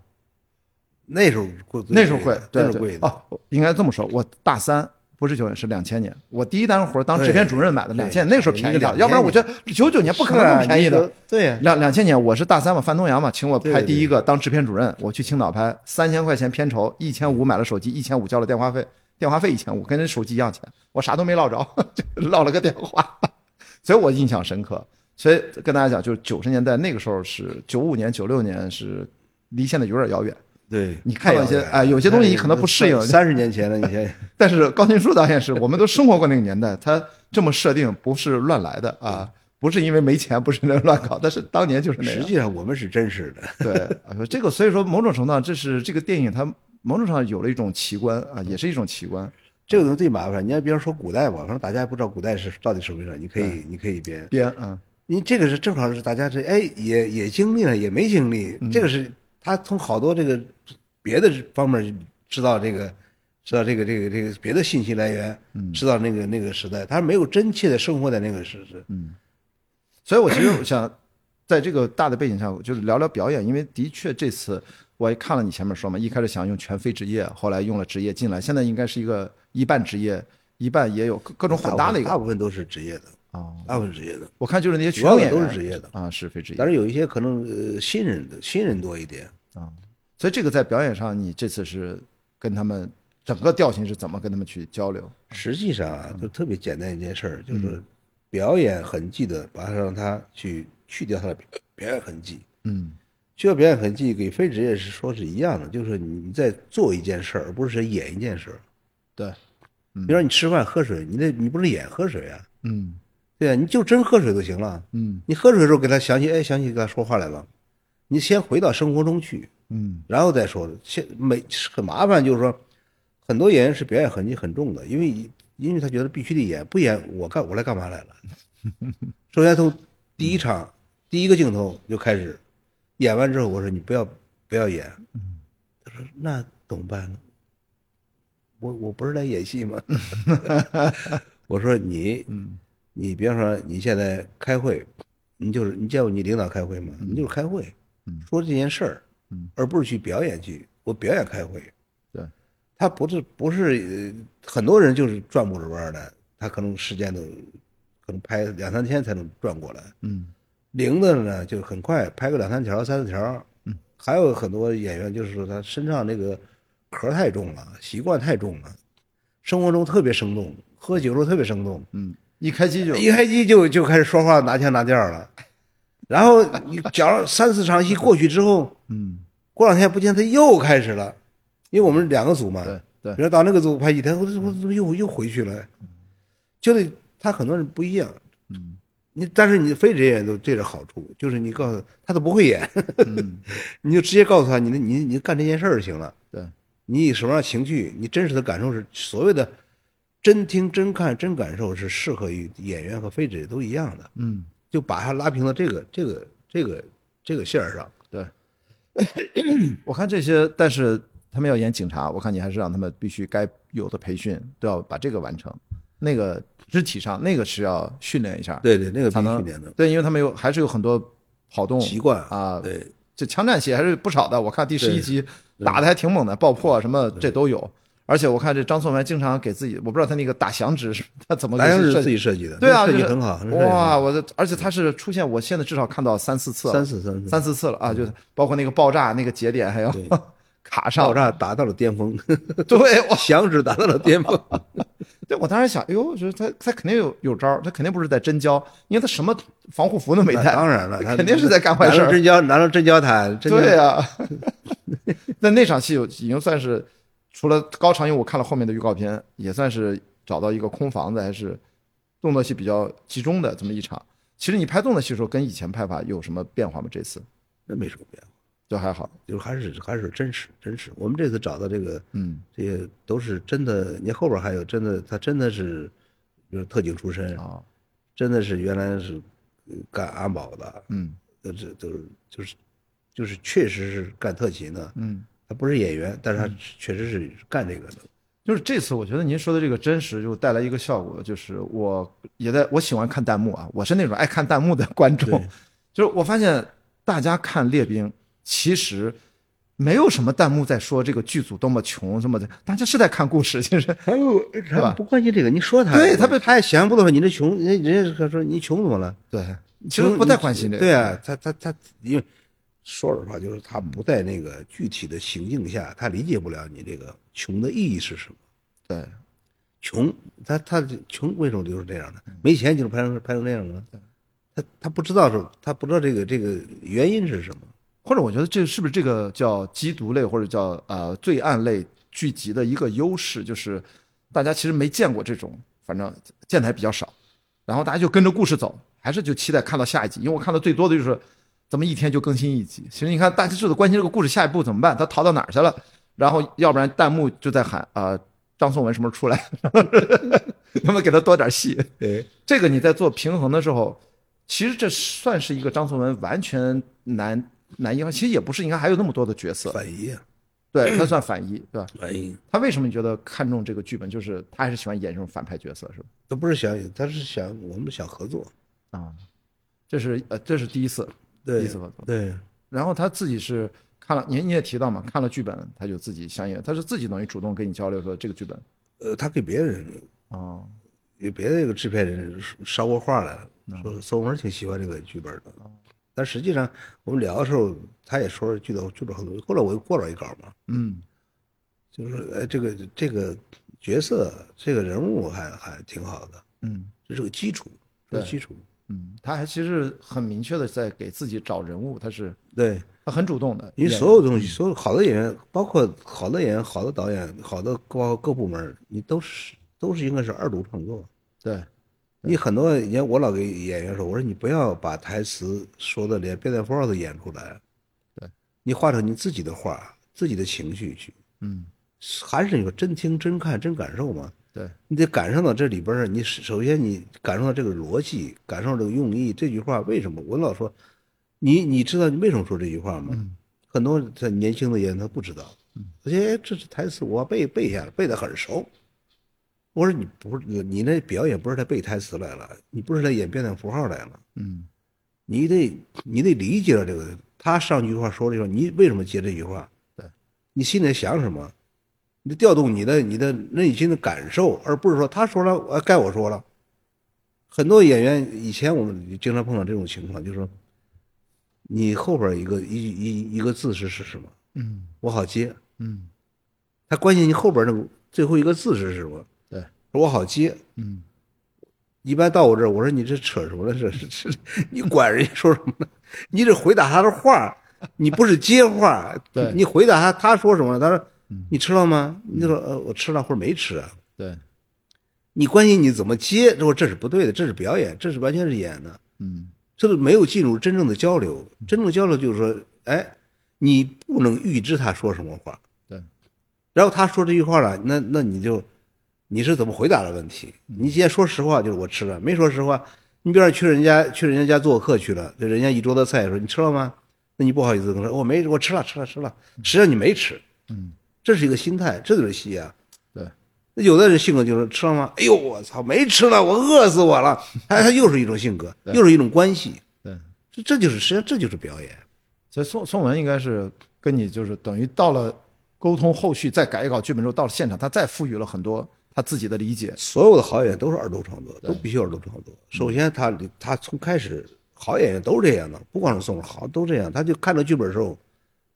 那时候贵，那时候贵，对那时候对贵的，哦，应该这么说，我大三不是九年，是两千年。我第一单活当制片主任买的，对两千那时候便宜对的， 2000要不然我觉得九九年不可能是啊那么便宜你的说。对呀，两两千年我是大三嘛，范东阳嘛，请我拍对对第一个当制片主任，我去青岛拍，三千块钱片酬，一千五买了手机，一千五交了电 [LAUGHS] 话费，电话费一千五，跟人手机一样钱，我啥都没落着，就落了个电话。 [LAUGHS] 所以我印象深刻。所以跟大家讲，就是九十年代那个时候是九五年、九六年是离现在有点遥远。对，你看有些太遥远了哎有些东西你可能不适应三十年前了，你 [LAUGHS] 先但是高金树导演是我们都生活过那个年代，他这么设定不是乱来的嗯啊，不是因为没钱，不是那乱搞，但是当年就是那实样。际上我们是真实的， [LAUGHS] 对，啊这个所以说某种程度上，这是这个电影它某种程度上有了一种奇观啊，也是一种奇观。这个东西最麻烦。你要别人说古代嘛，反正大家也不知道古代是到底什么样，你可以你可以编。编啊，你这个是正好是大家这哎也也经历了，也没经历，嗯这个是他从好多这个别的方面知道这个知道这个这个这个别的信息来源，嗯知道那个那个时代，他没有真切的生活在那个时时。嗯所以我其实我想在这个大的背景下，就是聊聊表演，因为的确这次我也看了你前面说嘛，一开始想用全非职业，后来用了职业进来，现在应该是一个一半职业，一半也有各各种混搭的一大个部分都是职业的，哦，大部分是职业的，我看就是那些群主要众的演员都是职业的啊，是非职业当然有一些可能呃新人的新人多一点。啊，所以这个在表演上，你这次是跟他们整个调性是怎么跟他们去交流？实际上嗯啊，就特别简单一件事儿，就是表演痕迹的，把它让它去去掉它的表演痕迹。嗯去掉表演痕迹给非职业是说是一样的，就是你在做一件事儿，而不是在演一件事儿。对，比如说你吃饭喝水，你得你不能演喝水啊，嗯对啊，你就真喝水就行了。嗯你喝水的时候给他想起，哎，想起跟他说话来了，你先回到生活中去，嗯然后再说。现每很麻烦，就是说，很多演员是表演痕迹很重的，因为因为他觉得必须得演，不演我干我来干嘛来了？首先从第一场、第一个镜头就开始，演完之后我说你不要不要演，他说那怎么办呢？我我不是来演戏吗？ [LAUGHS] 我说你，嗯你比方说你现在开会，你就是你见过你领导开会吗？你就是开会，说这件事儿，而不是去表演去。我表演开会，对，他不是不是呃很多人就是转不着弯儿的，他可能时间都可能拍两三天才能转过来。嗯零的呢，就是很快拍个两三条、三四条。嗯，还有很多演员就是说他身上这个壳太重了，习惯太重了，生活中特别生动，喝酒时候特别生动，嗯，一开机就一开机就就开始说话拿腔拿调了。然后 [LAUGHS] 你讲了三四场戏过去之后，嗯过两天不见他又开始了，因为我们两个组嘛，对对比如到那个组拍几天，我我怎么又又回去了？就得他很多人不一样，嗯你但是你非职业演员都这是好处，就是你告诉他他都不会演，嗯 [LAUGHS] 你就直接告诉他你的你你干这件事儿就行了，对你以什么样的情绪，你真实的感受是所谓的真听真看真感受是适合于演员和非职业都一样的，嗯就把他拉平到这个这个这个这个线儿上。对，我看这些，但是他们要演警察，我看你还是让他们必须该有的培训都要把这个完成，那个肢体上那个是要训练一下，对对，那个必才能须练的对，因为他们有还是有很多跑动习惯啊，对。这枪战戏还是不少的。我看第十一对集打的还挺猛的，爆破啊什么这都有。而且我看这张颂文经常给自己，我不知道他那个打响指是他怎么南阳给是设自己计，设计的，对啊，那设计就是很好，那设计很好哇，我的，而且他是出现，我现在至少看到三四次了，三四三四嗯三四次了啊，就是包括那个爆炸那个节点还要 [LAUGHS] 卡上爆，炸达到了巅峰， [LAUGHS] 对， [LAUGHS] 我响指达到了巅峰， [LAUGHS] 对我当时想，哎呦，这他他肯定有有招儿，他肯定不是在真教，因为他什么防护服都没那带，当然了，他肯定是在干坏事儿南阳。真交，南阳真交谈，真交对呀、 [LAUGHS] 那那场戏有已经算是除了高潮，因为我看了后面的预告片，也算是找到一个空房子，还是动作戏比较集中的这么一场。其实你拍动作戏的时候，跟以前拍法有什么变化吗？这次那没什么变化，就还好。就是还是还是真实真实。我们这次找到这个，嗯，这些都是真的，你后边还有真的，他真的是，比如特警出身，啊，真的是原来是呃干安保的，嗯呃，这都是就是就是确实是干特勤的，嗯，他不是演员，但是他确实是干这个的。就是这次我觉得您说的这个真实，就带来一个效果，就是我也在我喜欢看弹幕啊，我是那种爱看弹幕的观众，就是我发现大家看列兵其实。没有什么弹幕在说这个剧组多么穷什么的，大家是在看故事，其实还有他吧们不关心这个，你说他，对他被他也想象不到说你这穷，人家人家说你穷怎么了？对，其实不太关心这个。对啊，他他他，因为说实话，就是他不在那个具体的情境下，他理解不了你这个穷的意义是什么。对，穷，他他穷为什么就是这样的？没钱就是拍成拍成这样的，他他不知道是，他不知道这个这个原因是什么。或者我觉得这是不是这个叫缉毒类或者叫呃罪案类剧集的一个优势，就是大家其实没见过这种，反正见的还比较少，然后大家就跟着故事走，还是就期待看到下一集，因为我看到最多的就是咱们一天就更新一集。其实你看大家就是关心这个故事下一步怎么办，他逃到哪儿去了，然后要不然弹幕就在喊啊、呃张颂文什么时候出来， [LAUGHS] 他们给他多点戏。对，这个你在做平衡的时候，其实这算是一个张颂文完全难难应，其实也不是，应该还有那么多的角色，反一啊，对他算反一，对吧？反一，他为什么你觉得看重这个剧本？就是他还是喜欢演这种反派角色，是吧？他不是想，他是想我们想合作，啊，这是呃，这是第一次，第对一次合作。对，然后他自己是看了，您你也提到嘛，看了剧本他就自己相应，他是自己等于主动跟你交流说这个剧本呃，他给别人啊，有别的一个制片人捎过话来了，说宋文挺喜欢这个剧本的，但实际上我们聊的时候，他也说了剧本剧本很多。后来我又过了一稿嘛，嗯就是说哎，这个这个角色这个人物还还挺好的，嗯这是个基础，这是个基础。嗯，他还其实很明确的在给自己找人物，他是对，他很主动的，因为演所有东西，所有好的演员，包括好的演员、好的导演、好的包括各部门儿，你都是都是应该是二度创作。对你很多以前我老给演员说，我说你不要把台词说的连变态符号都演出来，对，你画成你自己的画，自己的情绪去，嗯还是你说真听、真看、真感受嘛？对你得感受到这里边儿，你首首先你感受到这个逻辑，感受到这个用意。这句话为什么？我老说，你你知道你为什么说这句话吗？很多他年轻的演员他不知道，他觉得哎这是台词，我背背下来，背得很熟。我说你不是你那表演不是来背台词来了，你不是来演变态符号来了，嗯你得你得理解了这个。他上句话说了以后，你为什么接这句话？对，你心里想什么？你得调动你的你的内心的感受，而不是说他说了，呃，该我说了。很多演员以前我们经常碰到这种情况，就是说，你后边一个一一一个字是是什么，嗯我好接。嗯他关心你后边那个最后一个字是什么，对我好接。嗯一般到我这儿，我说你这扯什么了？这是这是你管人家说什么呢？你这回答他的话，你不是接话，对你回答他他说什么了？他说你吃了吗？你就说呃我吃了或者没吃啊。对你关心你怎么接，这这是不对的，这是表演，这是完全是演的，嗯这是没有进入真正的交流。真正的交流就是说，哎，你不能预知他说什么话，对然后他说这句话了，那那你就你是怎么回答的问题？你既然说实话，就是我吃了；没说实话，你比如说去人家去人家家做客去了，就人家一桌子菜说你吃了吗？那你不好意思跟他说我没我吃了吃了吃了，实际上你没吃，嗯这是一个心态，这就是戏啊。对那有的人性格就是吃了吗？哎呦我操，没吃了，我饿死我了。他他又是一种性格，又是一种关系，对。这这就是实际上这就是表演。所以宋宋文应该是跟你就是等于到了沟通后续再改一稿剧本之后，到了现场，他再赋予了很多他自己的理解。所有的好演员都是二度创作，都必须二度创作。首先他，他从开始好演员都是这样的，不光是宋文好都这样。他就看到剧本的时候，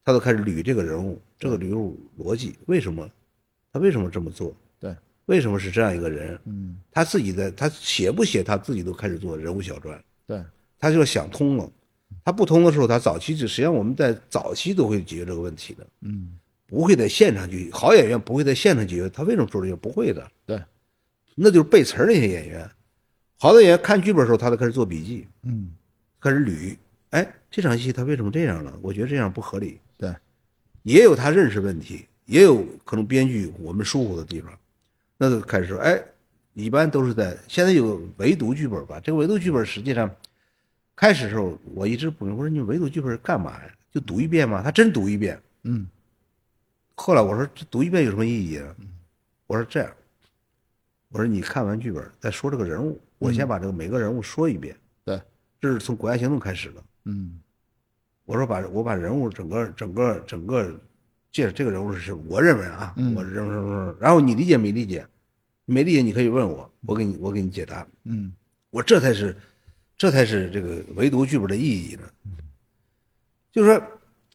他就开始捋这个人物，这个人物逻辑为什么，他为什么这么做，对，为什么是这样一个人？嗯，他自己在他写不写，他自己都开始做人物小传，对，他就想通了。他不通的时候，他早期就实际上我们在早期都会解决这个问题的，嗯，不会在现场解决。好演员不会在现场解决，他为什么说这个不会的？对，那就是背词儿那些演员。好多演员看剧本的时候，他就开始做笔记，嗯，开始捋。哎，这场戏他为什么这样了？我觉得这样不合理。对，也有他认识问题，也有可能编剧我们疏忽的地方。那就开始说，哎，一般都是在现在有唯独剧本吧？这个唯独剧本实际上开始的时候我一直不明白，我说你唯独剧本干嘛呀？就读一遍吗？他真读一遍。嗯。后来我说这读一遍有什么意义啊？我说这样，我说你看完剧本再说这个人物，我先把这个每个人物说一遍。对，这是从国家行动开始的。嗯，我说把我把人物整个整个整个介这个人物是我认为啊，我认为什么什么，然后你理解没理解？没理解你可以问我，我给你我给你解答。嗯，我这才是这才是这个唯独剧本的意义呢。就是说，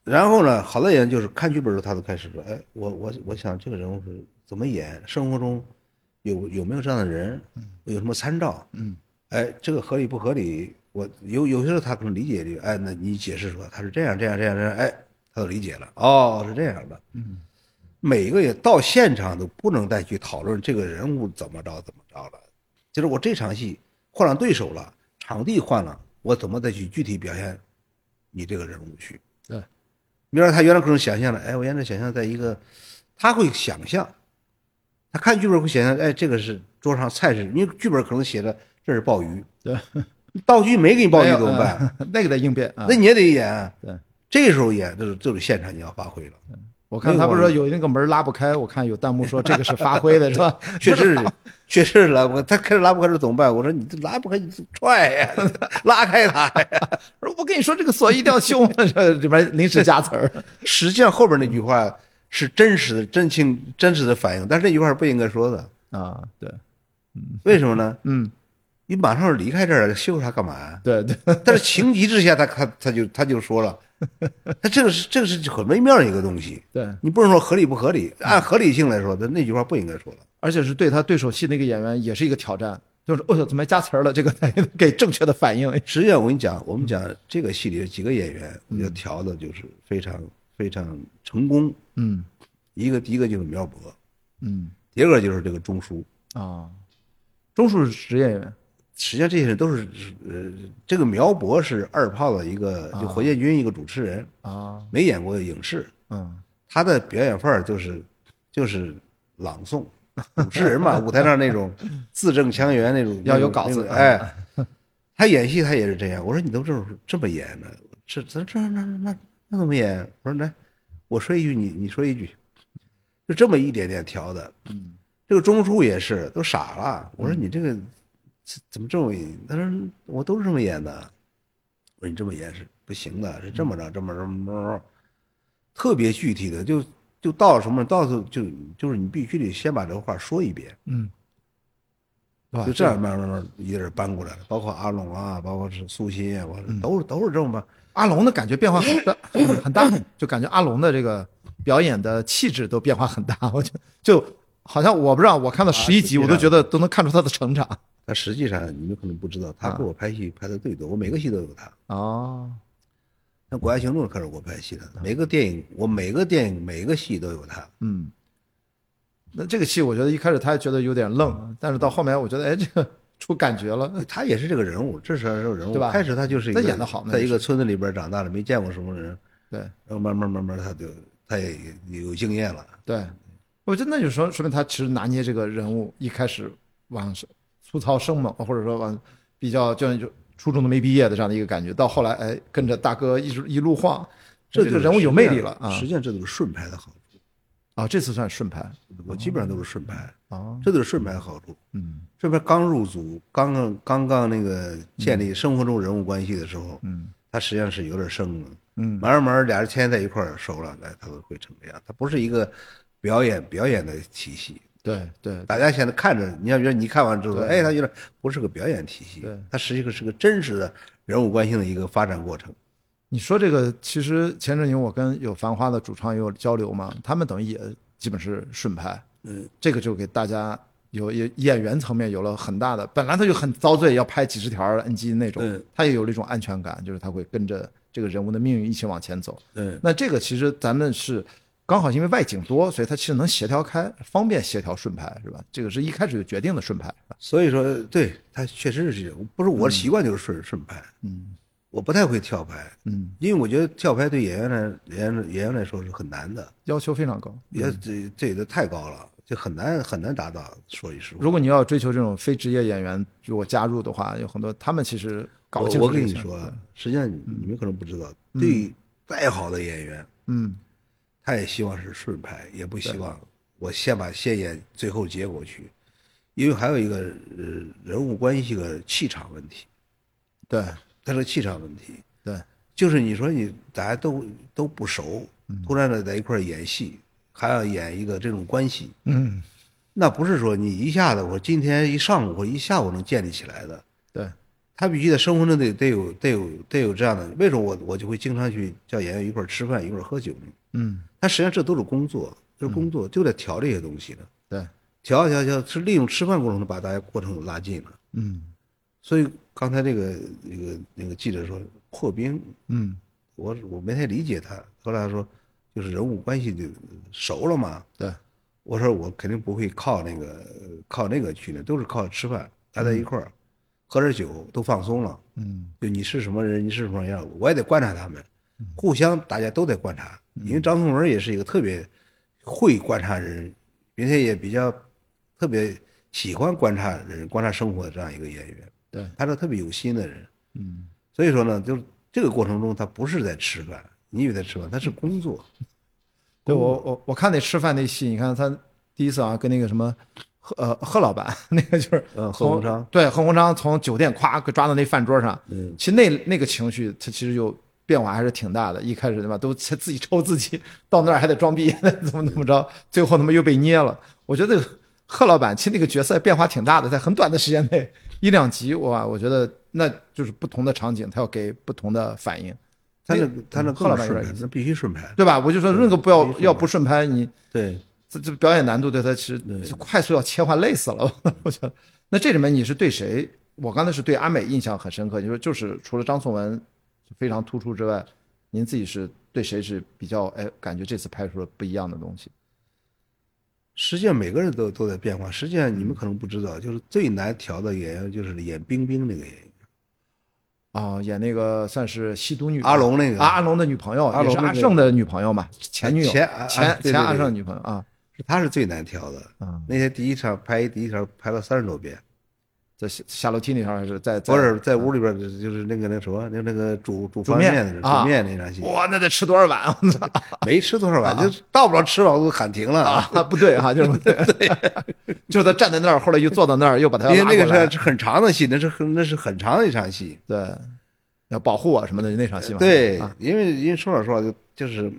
然后呢，好多演员就是看剧本的时候，他就开始说：“哎，我我我想这个人物是怎么演，生活中有有没有这样的人，有什么参照，嗯，哎，这个合理不合理？我有有些时候他可能理解这个，哎，那你解释说他是这样这样这样这样，哎，他就理解了，哦，是这样的，嗯，每个也到现场都不能再去讨论这个人物怎么着怎么着了，就是我这场戏换了对手了，场地换了，我怎么再去具体表现你这个人物去？对，比如说他原来可能想象了，哎，我原来想象在一个，他会想象，他看剧本会想象，哎，这个是桌上菜是，因为剧本可能写的这是鲍鱼，对，道具没给你鲍鱼没有怎么办？？嗯 [LAUGHS] 那个得应变啊那。你也得演，对，这时候演就是就是现场你要发挥了，我看他不是说有那个门拉不开，我看有弹幕说这个是发挥 [LAUGHS] 的，是吧？确实是，确实是拉不开。他开始拉不开是怎么办？我说你这拉不开，你就踹呀， [LAUGHS] 拉开他呀。不是我跟你说，这个锁一定要修， [LAUGHS] 这里边临时加词儿。实际上后边那句话是真实的、真情、真实的反应，但是那句话是不应该说的。啊，对，为什么呢？嗯，你马上离开这儿了，修它干嘛呀？对对，但是情急之下，他他他就他就说了，他这个是这个是很微妙的一个东西。对，你不能说合理不合理，按合理性来说，那那句话不应该说了。而且是对他对手戏那个演员也是一个挑战，就是哦呦，怎么还加词儿了？这个 [LAUGHS] 得给正确的反应。实际上，我跟你讲，我们讲这个戏里有几个演员，我觉得调的就是非常非常成功。嗯一个第一个就是苗博，嗯第二个就是这个钟叔。啊，钟叔是职业演员，实际上这些人都是呃，这个苗博是二炮的一个，就火箭军一个主持人，啊，没演过影视，嗯他的表演范儿就是就是朗诵，主持人嘛，舞台上那种 [LAUGHS] 字正腔圆那种，要有那种稿子啊那种哎， [LAUGHS] 他演戏他也是这样。我说你都这么这么演的，这这这那那那怎么演？我说来，我说一句你你说一句，就这么一点点调的。嗯这个钟叔也是都傻了。我说你这个这怎么这么演？他说我都是这么演的。我说你这么演是不行的，是这么着，这么着这么着，特别具体的，就就到什么到就就是你必须得先把这个话说一遍，嗯，哇就这样慢慢慢慢一点儿搬过来了。包括阿龙啊，包括是苏欣啊，我说都是都是这么办。阿龙的感觉变化很大 [LAUGHS] 很大，就感觉阿龙的这个表演的气质都变化很大。 [LAUGHS] 我觉得就好像我不知道，我看到十一集，实际上我都觉得都能看出他的成长。但实际上你们可能不知道，他跟我拍戏拍的最多，我每个戏都有他。哦，像《国家行动》开始我拍戏的，每个电影我每个电影每个戏都有他。嗯，那这个戏我觉得一开始他还觉得有点愣，但是到后面我觉得哎，这个出感觉了。他也是这个人物，这是这个人物。对吧开始他就是一个他演得好那在也一是个村子里边长大了，没见过什么人，对然后慢慢慢慢他就他也有经验了。对，我觉得那就说说明他其实拿捏这个人物一开始往是粗糙生猛，或者说往比较就就初中都没毕业的这样的一个感觉，到后来哎跟着大哥一直一路晃，这就个是人物有实际魅上力了啊实际上这都是顺拍的好处，啊！这次算顺盘我基本上都是顺拍，啊，这都是顺拍的好处。嗯顺拍刚入组，刚刚刚刚那个建立生活中人物关系的时候，嗯他实际上是有点生的。嗯慢慢慢俩人天天在一块儿熟了，哎，他都会成这样。他不是一个表演表演的体系，对对大家现在看着，你要觉得你看完之后，哎，他觉得不是个表演体系对，它实际上是个真实的人物关系的一个发展过程。你说这个，其实前阵子我跟有《繁花》的主创也有交流嘛，他们等于也基本是顺拍，嗯，这个就给大家有也演员层面有了很大的，本来他就很遭罪，要拍几十条 NG 那种嗯，他也有了一种安全感，就是他会跟着这个人物的命运一起往前走。嗯，那这个其实咱们是刚好因为外景多，所以它其实能协调开，方便协调顺拍，是吧？这个是一开始就决定的顺拍，是吧啊所以说，对他确实是这样，不是我的习惯就是顺顺拍，嗯我不太会跳拍，嗯，因为我觉得跳拍对演员来演员演员来说是很难的，要求非常高。也这这也都太高了，就很难很难达到。说句实话，如果你要追求这种非职业演员，如果加入的话，有很多他们其实搞不我清楚。我跟你说，啊，实际上你你们可能不知道，对于再好的演员，嗯，他也希望是顺拍，也不希望我先把先演最后结果去，因为还有一个呃人物关系和气场问题，对他这个气场问题对，就是你说你大家都都不熟，突然的在一块儿演戏，还要演一个这种关系，嗯那不是说你一下子我今天一上午或一下午能建立起来的，对，他必须在生活中得得有得有得有这样的，为什么我我就会经常去叫演员一块儿吃饭一块儿喝酒呢？嗯但实际上这都是工作，这是工作就得调这些东西的。对，调调调，是利用吃饭过程中把大家过程拉近了。嗯所以刚才这个那个那个记者说破冰，嗯，我我没太理解他。后来他说，就是人物关系就熟了嘛。对，我说我肯定不会靠那个呃靠那个去的，都是靠吃饭，大家一块儿、喝点酒，都放松了。嗯就你是什么人，你是什么样，我也得观察他们，互相大家都得观察。因为张颂文也是一个特别会观察人，并且也比较特别喜欢观察人、观察生活的这样一个演员。对，他是特别有心的人。嗯，所以说呢，就是这个过程中，他不是在吃饭，你以为在吃饭，他是工作。对我我我看那吃饭那戏，你看他第一次啊跟那个什么。贺呃贺老板 [LAUGHS] 那个就是嗯从贺鸿章对贺鸿章从酒店咵给抓到那饭桌上，嗯，其实那那个情绪他其实有变化还是挺大的，一开始对吧都自己抽自己，到那儿还得装逼 [LAUGHS] 怎么怎么着，最后他妈又被捏了。我觉得贺老板其实那个角色变化挺大的，在很短的时间内一两集哇，我觉得那就是不同的场景他要给不同的反应，他那那他那嗯贺老更板有顺意盘，思那必须顺盘。对吧？我就说那个不要要不顺拍你。对，这这表演难度对他其实就快速要切换累死了，我觉得。那这里面你是对谁？我刚才是对阿美印象很深刻，你说就是除了张颂文非常突出之外，您自己是对谁是比较哎感觉这次拍出了不一样的东西？实际上每个人都都在变化。实际上你们可能不知道，就是最难调的演员就是演冰冰那个演员。啊、演那个算是吸毒女阿龙那个啊，阿龙的女朋友，阿也龙是那阿个胜的女朋友嘛，前女友，前前啊啊前对对阿对胜的女朋友啊，是他是最难调的。嗯，那天第一场拍第一场拍了三十多遍，在下下楼梯那条还是在在不是在屋里边就是就是那个那什么，那那个煮煮方面便面的啊煮面那场戏，哇，那得吃多少碗？啊 [LAUGHS] 我操！没吃多少碗，就到不了吃饱都喊停了。啊， [LAUGHS] 不 [LAUGHS] 对啊，就是不对，就是他站在那儿，后来又坐到那儿，又把他因为拉那过来个是很长的戏，那是很那是很长的一场戏。对，要保护我什么的那场戏嘛。对啊，因为因为说老实话，就就是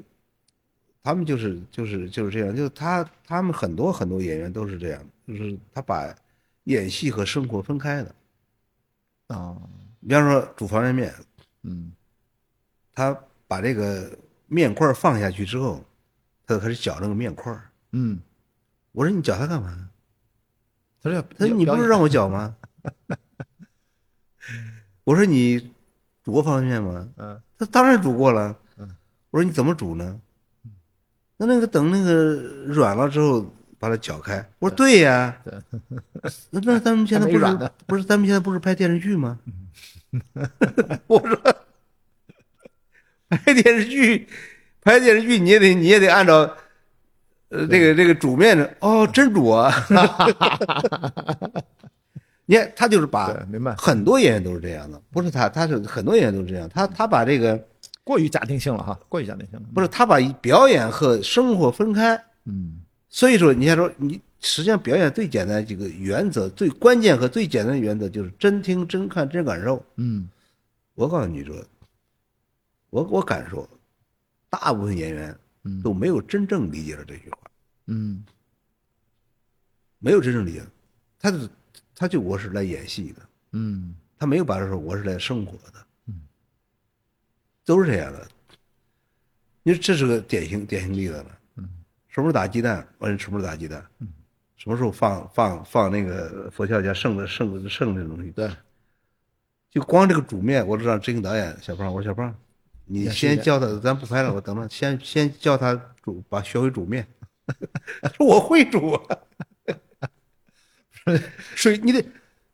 他们就是就是就是这样，就是他他们很多很多演员都是这样，就是他把演戏和生活分开的。啊，比方说煮方便面，嗯他把这个面块儿放下去之后，他就开始搅那个面块儿。嗯，我说你搅它干嘛？他说他说你不是 [LAUGHS] 让我搅吗？ [LAUGHS] 我说你煮过方便面吗？嗯他当然煮过了。嗯我说你怎么煮呢？那那个等那个软了之后把它搅开。我说对 [LAUGHS] 呀、对那那咱们现在还不没软是呢不是咱们现在不是拍电视剧吗？我说拍电视剧，拍电视剧你也得你也得按照。呃，这个这个煮面的哦，真煮啊！你看，他就是把啊对，明白，很多演员都是这样的，不是他，他是很多演员都是这样。他他把这个过于假定性了哈，过于假定性了。不是他把表演和生活分开，嗯，所以说你像说你实际上表演最简单的几个原则，最关键和最简单的原则就是真听、真看、真感受。嗯我告诉你说，我我敢说，大部分演员嗯都没有真正理解了这句话，嗯没有真正理解，他就他就我是来演戏的，嗯他没有把这说我是来生活的，都是这样的。你说这是个典型典型例子了。嗯，什么时候打鸡蛋？完什么时候打鸡蛋？嗯，什么时候放放放那个佛教叫圣的圣圣的东西？对，就光这个煮面，我就让执行导演小胖，我说小胖，你演示一先遍教他，咱不拍了，我等着，先先教他煮，把学会煮面。他说我会煮啊，水你得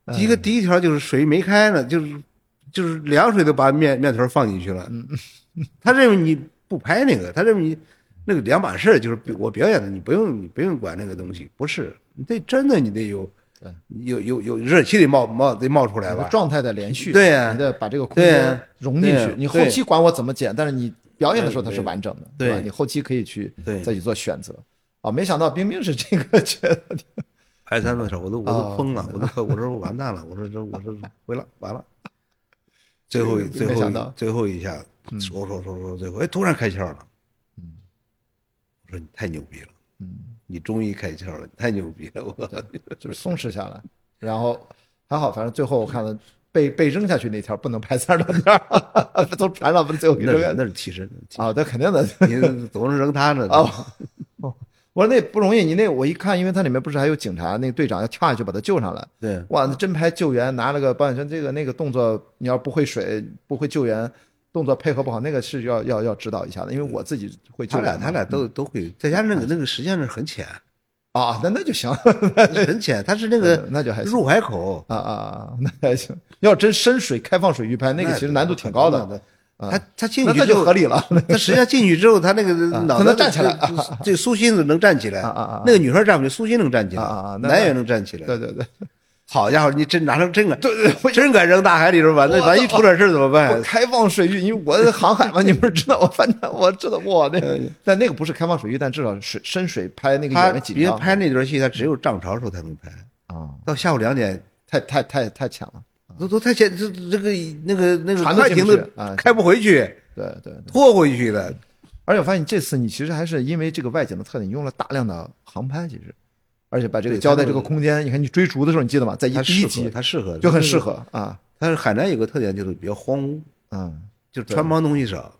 嗯一个第一条就是水没开呢，就是就是凉水都把面面团放进去了。嗯 [LAUGHS] 他认为你不拍那个，他认为你那个两码事儿，就是比我表演的，你不用你不用管那个东西，不是，你得真的你得有对。有有有热气得冒冒得冒出来你吧的？状态的连续，对呀你得把这个空对呀间融进对去呀。你后期管我怎么剪，但是你表演的时候它是完整的，对吧？你后期可以去对再去做选择。啊，没想到冰冰是这个角色，排三的时候，我都我哦都疯了，我都 [LAUGHS] 快我说我完蛋了，我说这我说回了完了，最后一没最后想到一最后一下，说说说说最后，哎，突然开窍了，嗯我说你太牛逼了，嗯，你终于开窍了，你太牛逼了，我 [LAUGHS] 就是松弛下来，然后还好，反正最后我看了被被扔下去那条不能拍三十多条， [LAUGHS] 从船上把最后给那扔是下去那是替身，啊，这肯定的 [LAUGHS] 你总是扔他呢，啊。哦我说那不容易，你那我一看，因为它里面不是还有警察，那个队长要跳下去把他救上来。对，哇，那真拍救援，拿了个保险圈，这个那个动作，你要不会水，不会救援，动作配合不好，那个是要要要指导一下的，因为我自己会救他援嘛。俩他俩都都会，再加上那个那个实际上是很 [LAUGHS] 浅，啊，那那就行，很浅，它是那个那就还行入海口， [LAUGHS] 啊啊啊，那还行。要真深水开放水域拍，那个其实啊难度挺高的，他他进那去那之就后合理了。 [LAUGHS] 他实际上进去之后，他那个脑袋啊他能站起来这个这个苏欣能站起来，啊啊啊那个女孩站不起来，苏欣能站起来，啊啊啊那男也能站起来。对对对，好家伙，你真拿成真了，对对，真敢扔大海里头吧？那我万一操出点事儿怎么我办？开放水域，因为我航海 [LAUGHS] 嘛，你们知道，我反正我知道，哇，那但那个不是开放水域，但至少是水深水拍那个他演员紧别张人哎拍那段戏，他只有涨潮时候才能拍，啊，到下午两点太太太太浅了，都都太前这这个那个那个船都快进不艇去都啊嗯开不回去，对对对。拖回去的。而且我发现这次你其实还是因为这个外景的特点，你用了大量的航拍，其实，而且把这个对交代它这个空间，你看你追逐的时候，你记得吗？在一它第一适集合，它适合，就很适。合啊，它海南有个特点就是比较荒芜，嗯，就是穿帮东西少，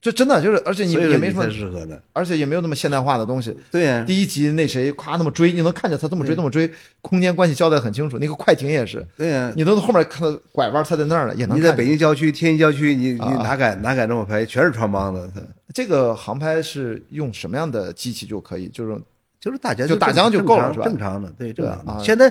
就真的就是，而且你所以也说没你什么才，适合的。而且也没有那么现代化的东西。对呀，第一集那谁夸那么追，你能看见他这么追，这么追，空间关系交代很清楚。那个快艇也是，对呀，你都后面看到拐弯，他在那儿了，也能你看在见。北京郊区、天津郊区，你你啊嗯哪敢哪敢这么拍？全是穿帮的，它这个航拍是用什么样的机器就可以？就是就是大家就打江就正够了常是吧正常的，对正常啊嗯的。现在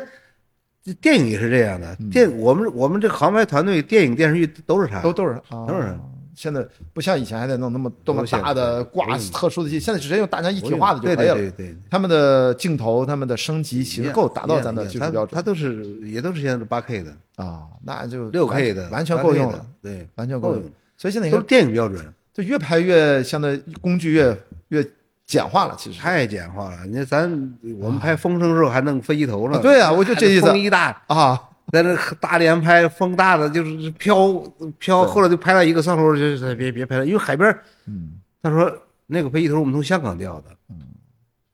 这电影也是这样的，电我们我们这个航拍团队，电影电视剧都是他，都都是啊，都是现在不像以前还得弄那么多么都现在大的挂特殊的机，现在直接用大疆一体化的就对可以对了。对对。他们的镜头、他们的升级其实一样够达到一样咱的一样技它术标它准都是也都是现在是八 K 的、啊，那就六完 K 的，完全够用了，，对，完全够够用用。所以现在你都是看，电影标准，就越拍越相当于工具越越简化了，其实。太简化了。你看咱我们拍《风声》时候还弄飞机头呢，啊对啊我就这意思风一大，啊，在那大连拍风大的就是飘飘，后来就拍到一个上头，就是别别拍了，因为海边，嗯，他说那个飞机头我们从香港调的，嗯，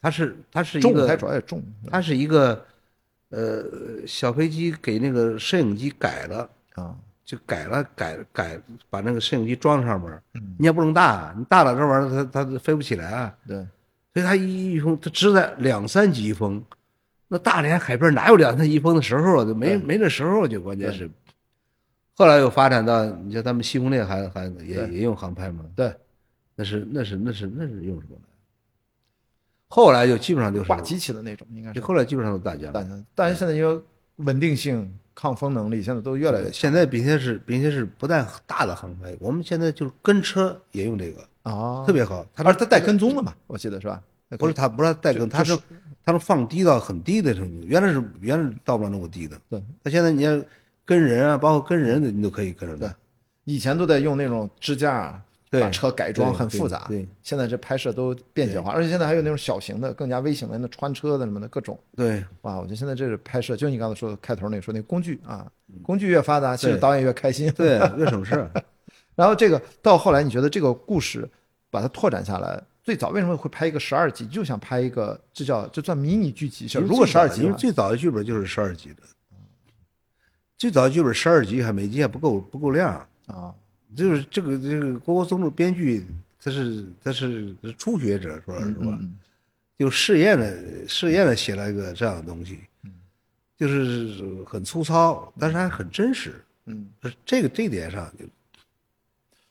它是它是一重它个主要也重，它是一个呃小飞机给那个摄影机改了。啊，就改了改改，把那个摄影机装上面儿，你也不能大，你大了这玩意儿它它飞不起来啊。对，所以它一一风，它只在两三级一风，那大连海边哪有两三级风的时候啊？就没没这时候，就关键是。后来又发展到，你像咱们西红柿还还也也用航拍嘛，对，那是那是那是那是用什么来？后来就基本上就是挂，机器的那种应该是就。后来基本上都大疆。但是但是现在因为稳定性、抗风能力现在都越来越现在并且是并且是不但大的航拍，我们现在就是跟车也用这个，啊，特别好。它而它带跟踪了嘛，我记得是吧？那不是它不是它带更，它就是它是放低到很低的程度。原来是原来是到不了那么低的，对，它现在你要跟人啊，包括跟人的你都可以跟着对的。以前都在用那种支架对把车改装，对很复杂。对对现在这拍摄都便捷化，而且现在还有那种小型的、更加微型的，那穿车的什么的各种。对，哇，我觉得现在这是拍摄，就你刚才说的开头那说那工具啊，工具越发达，其实嗯对导演越开心。对，越 [LAUGHS] 省事儿。然后这个到后来，你觉得这个故事把它拓展下来，最早为什么会拍一个十二集，就想拍一个这叫这算迷你剧集？是吧如果十二集因的为话，最早的剧本就是十二集的，最早的剧本十二集还没进，还不够不够量。啊，就是这个这个郭国松这编剧，他是他是他是初学者，说嗯实话，就试验了试验了写了一个这样的东西，嗯就是很粗糙，但是还很真实。嗯，就是呃这个这一点上，就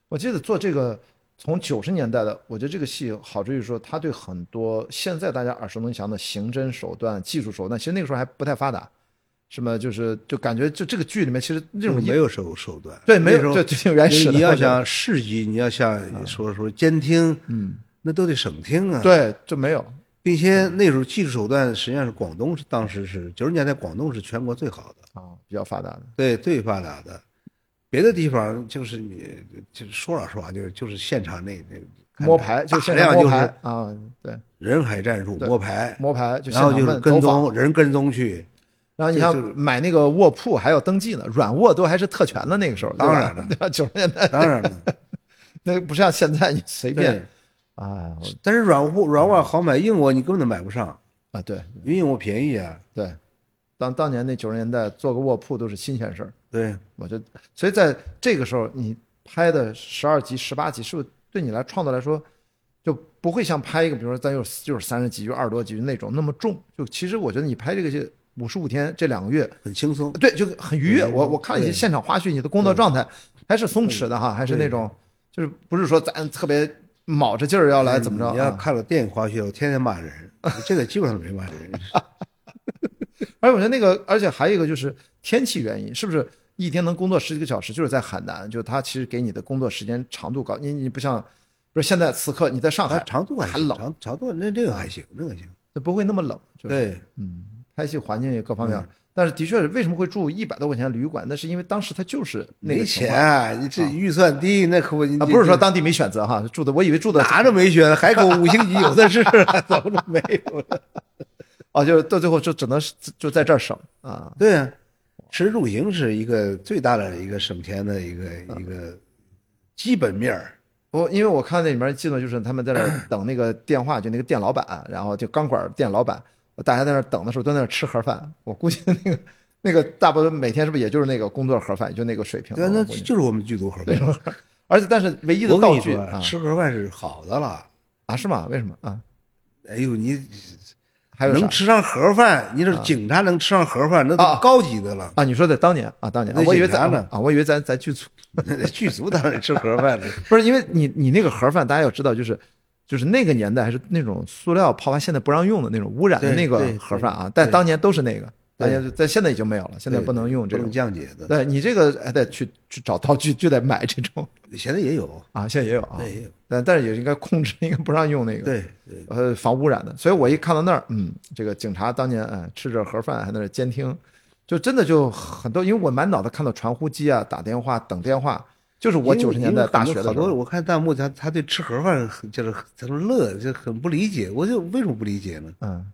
我记得做这个从九十年代的，我觉得这个戏好处就是说，它对很多现在大家耳熟能详的刑侦手段、技术手段，其实那个时候还不太发达，什么就是就感觉就这个剧里面其实那种没有手手段，对没嗯那时有候对挺原始的，你我要觉得想市级，你要像说说监听，嗯，那都得省听啊。，对嗯就没有并且那时候技术手段实际上是广东是当时是九十年代广东是全国最好的。啊，比较发达的对，最发达的。别的地方就是你，就是说老实话，就是就是现场那那嗯摸牌就大现在量摸就牌是啊，对人海战术摸牌，摸牌就现然后场就是问跟走访踪人跟 [LAUGHS] 踪去，然后你就像就买那个卧铺还要登记呢，软卧都还是特权的那个时候，当然了了，九十年代当然了，那不像现在你随对便。啊我但是软卧软卧好买，硬卧你根本买不上，啊对因为硬卧便宜啊。对，当当年那九十年代做个卧铺都是新鲜事儿，对，我觉得，所以在这个时候你拍的十二集、十八集，是不是对你来创作来说就不会像拍一个，比如说咱有就是三十集、就二十多集那种那么重。就其实我觉得你拍这个戏五十五天这两个月，很轻松。对，就很愉悦。嗯我我看了一些对现场花絮，你的工作状态还是松弛的哈，还是那种就是不是说咱特别卯着劲儿要来怎么着嗯你要啊？看了电影花絮，我天天 [LAUGHS] 骂人，这个基本上没骂人。而且我觉得那个，而且还有一个就是天气原因，是不是一天能工作十几个小时？就是在海南，就它其实给你的工作时间长度高，你你不像，不是现在此刻你在上啊，海，长度还哎还行冷长长度那那个还行，那个行。就不会那么冷，就是对，嗯拍戏环境也各方面。但是的确是为什么会住一百多块钱的旅馆？那是因为当时它就是那没个情钱况啊，啊，你这预算低，那可不，你不是说当地没选择哈，住的我以为住的拿着没选，海口 [LAUGHS] 五星级有的是， [LAUGHS] 怎么着没有？哦，就是到最后就只能是就在这儿省啊。对啊，吃住行是一个最大的一个省钱的一个啊一个基本面儿。我因为我看那里面记得就是他们在那 [CLEARS THROAT] 儿等那个电话，就那个店老板，然后就钢管店老板，大家在那儿等的时候都在那儿吃盒饭。我估计那个那个大部分每天是不是也就是那个工作盒饭，也就那个水平对了。啊，那我就估计就是我们剧组合饭。而且但是唯一的我跟道你具说啊，啊吃盒饭是好的了。啊是吗？为什么啊？哎呦，你还有啥能吃上盒饭，你这警察能吃上盒饭，那都啊高级的了。 [LAUGHS] 啊？你说在当年啊，当年啊那我以为警察咱呢啊，我以为咱咱剧组剧组当然吃盒 [LAUGHS] 饭了。不是因为你你那个盒饭，大家要知道就是。就是那个年代还是那种塑料泡饭，现在不让用的那种污染的对那个对对盒饭啊，但当年都是那个，当对年但现在已经没有了，现在对不能用这不种能。降解的，对你这个还得去去找道具，就得买这种现在也有，啊，现在也有啊，对也有但但是也应该控制，应该不让用那个，对对，呃，防污染的。所以我一看到那儿，嗯，这个警察当年哎吃着盒饭还在那儿监听，就真的就很多，因为我满脑子看到传呼机啊、打电话、等电话，就是我因为九十年代大学因为的很时多，候，我看弹幕他他对吃盒饭很就是很他说乐，就很不理解，我就为什么不理解呢？嗯，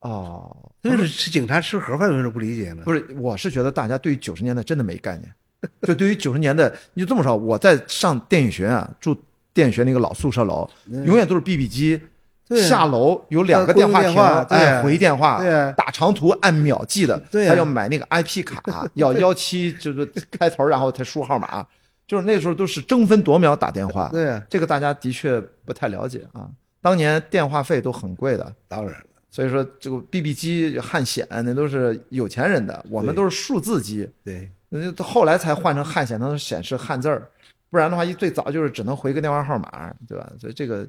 哦，就是吃警察吃盒饭为什么不理解 [LAUGHS] 呢？不是，我是觉得大家对于九十年代真的没概念。 [LAUGHS] 就对于九十年代，你就这么说，我在上电影学院啊，住电影学那个老宿舍楼，永远都是 BB 机。嗯对啊下楼有两个公电话用电亭，话对啊哎，回电话，对啊打长途按秒计的，对啊他要买那个 IP [LAUGHS] 卡，要幺七就是开头，然后才输号码，就是那时候都是争分夺秒打电话。对啊这个大家的确不太了解啊，当年电话费都很贵的，当然了，所以说这个 BB 机、汉显那都是有钱人的，我们对都是数字机，对那就后来才换成汉显，它能显示汉字儿，不然的话一最早就是只能回个电话号码，对吧？所以这个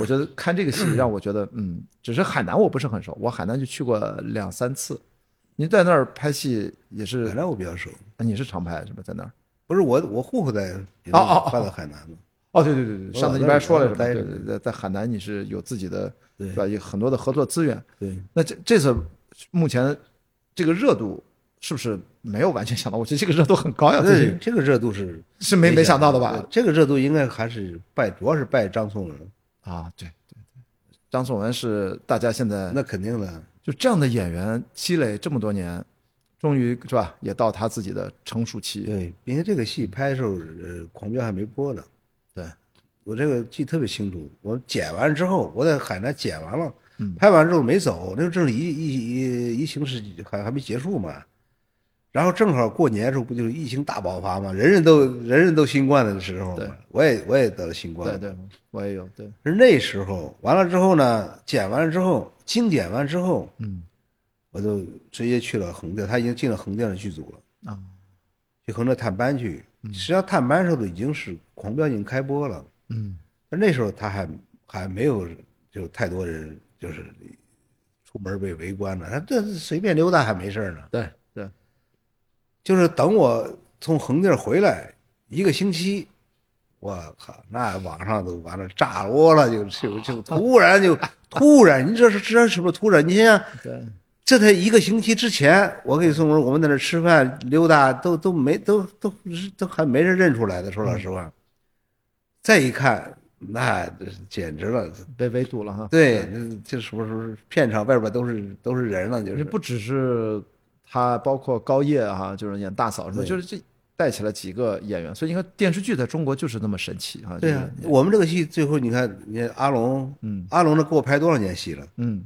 我觉得看这个戏让我觉得，嗯，只是海南我不是很熟，我海南就去过两三次。您在那儿拍戏也是海，南我比较熟，你是常拍是吧？在那儿？不是我我户口在哦哦哦搬到海南了，哦，对对对对，我上次老你在不还这儿说了是老吧？待对着对对，在海南你是有自己的，对吧？有很多的合作资源。对。那这这次目前这个热度是不是没有完全想到？我觉得这个热度很高呀，最这近这个热度是是没没想到的对吧？这个热度应该还是拜，主要是拜张颂文，啊，对对对，张颂文是大家现在那肯定的。就这样的演员积累这么多年，终于是吧，也到他自己的成熟期。对，并且这个戏拍的时候，呃，《狂飙》还没播呢。对，我这个记得特别清楚，我剪完之后，我在海南剪完了，嗯拍完之后没走，那时候正是疫疫疫疫情是还还没结束嘛，然后正好过年的时候不就是疫情大爆发嘛，人人都人人都新冠的时候对嘛，我也我也得了新冠，对对，我也有对，是那时候完了之后呢，剪完了之后精简完之后，嗯我就直接去了横店，他已经进了横店的剧组了。啊，去横着探班去。实际上探班的时候已经是《狂飙》已经开播了，嗯但那时候他还还没有就太多人就是出门被围观了，他这随便溜达还没事儿呢。对对，就是等我从横店回来一个星期，我靠，那网上都完了炸窝了，就就就突然就突然，你这是这是不是突然？你想想。对这才一个星期之前，我跟你宋文，我们在那吃饭溜达，都都没都都都还没人认出来的。说老实话，嗯再一看，那这简直了。被围堵了哈。对，那这什么时候片场外边都是都是人了，就你是不只是他，包括高叶哈、就是演大嫂什么，对就是这带起了几个演员，所以你看电视剧在中国就是那么神奇哈、啊。对呀、呀、我们这个戏最后你看，你看阿龙，嗯阿龙这给我拍多少年戏了？嗯，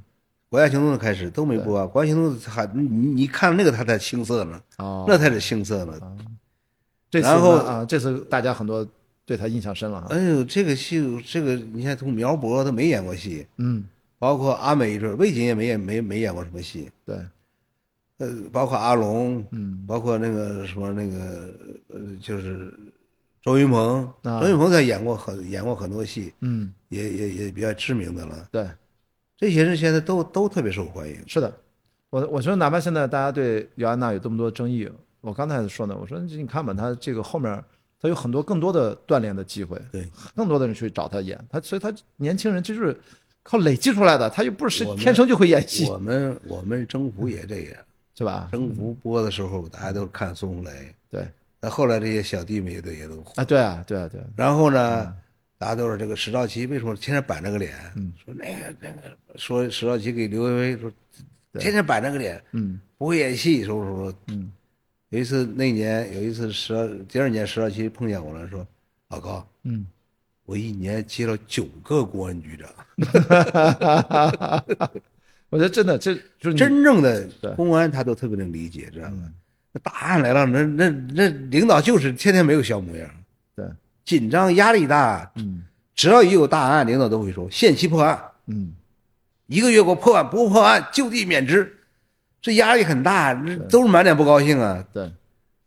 国家行动的开始都没播啊，国家行动还你你看那个他才青涩呢，哦，那才是青涩呢。这次呢然后啊，这次大家很多对他印象深了哈。哎呦，这个戏，这个你看，从苗博他没演过戏，嗯，包括阿美这魏瑾也没演没没演过什么戏，对，呃，包括阿龙，嗯，包括那个什么那个呃，就是周云鹏，啊周云鹏他演过很演过很多戏，嗯，也也也比较知名的了。对，这些人现在都都特别受欢迎，是的。我我觉得哪怕现在大家对姚安娜有这么多争议，我刚才说呢，我说你看吧，她这个后面她有很多更多的锻炼的机会，对，更多的人去找她演，她所以她年轻人这就是靠累积出来的，她又不是我们天生就会演戏，我们我们征服也这样，是吧？征服播的时候大家都看孙红雷，对，那后来这些小弟们也都也都火，啊，对啊，对啊，对啊，然后呢，大家都是这个史兆奇为什么天天板着个脸，嗯说那个那个说史兆奇给刘维维说，天天板着个脸，嗯不会演戏，说说说，嗯，有一次那年有一次史兆第二年史兆奇碰见我了，说老高，嗯， [LAUGHS] 我一年接了九个公安局长。我觉得真的这就是你真正的嗯对嗯公安他都特别能理解，知道吗？那答案来了，那那那领导就是天天没有小模样，对，紧张压力大，嗯只要一有大案，领导都会说限期破案，嗯，一个月给我破案，不破案就地免职。这压力很大，这都是满脸不高兴啊，对。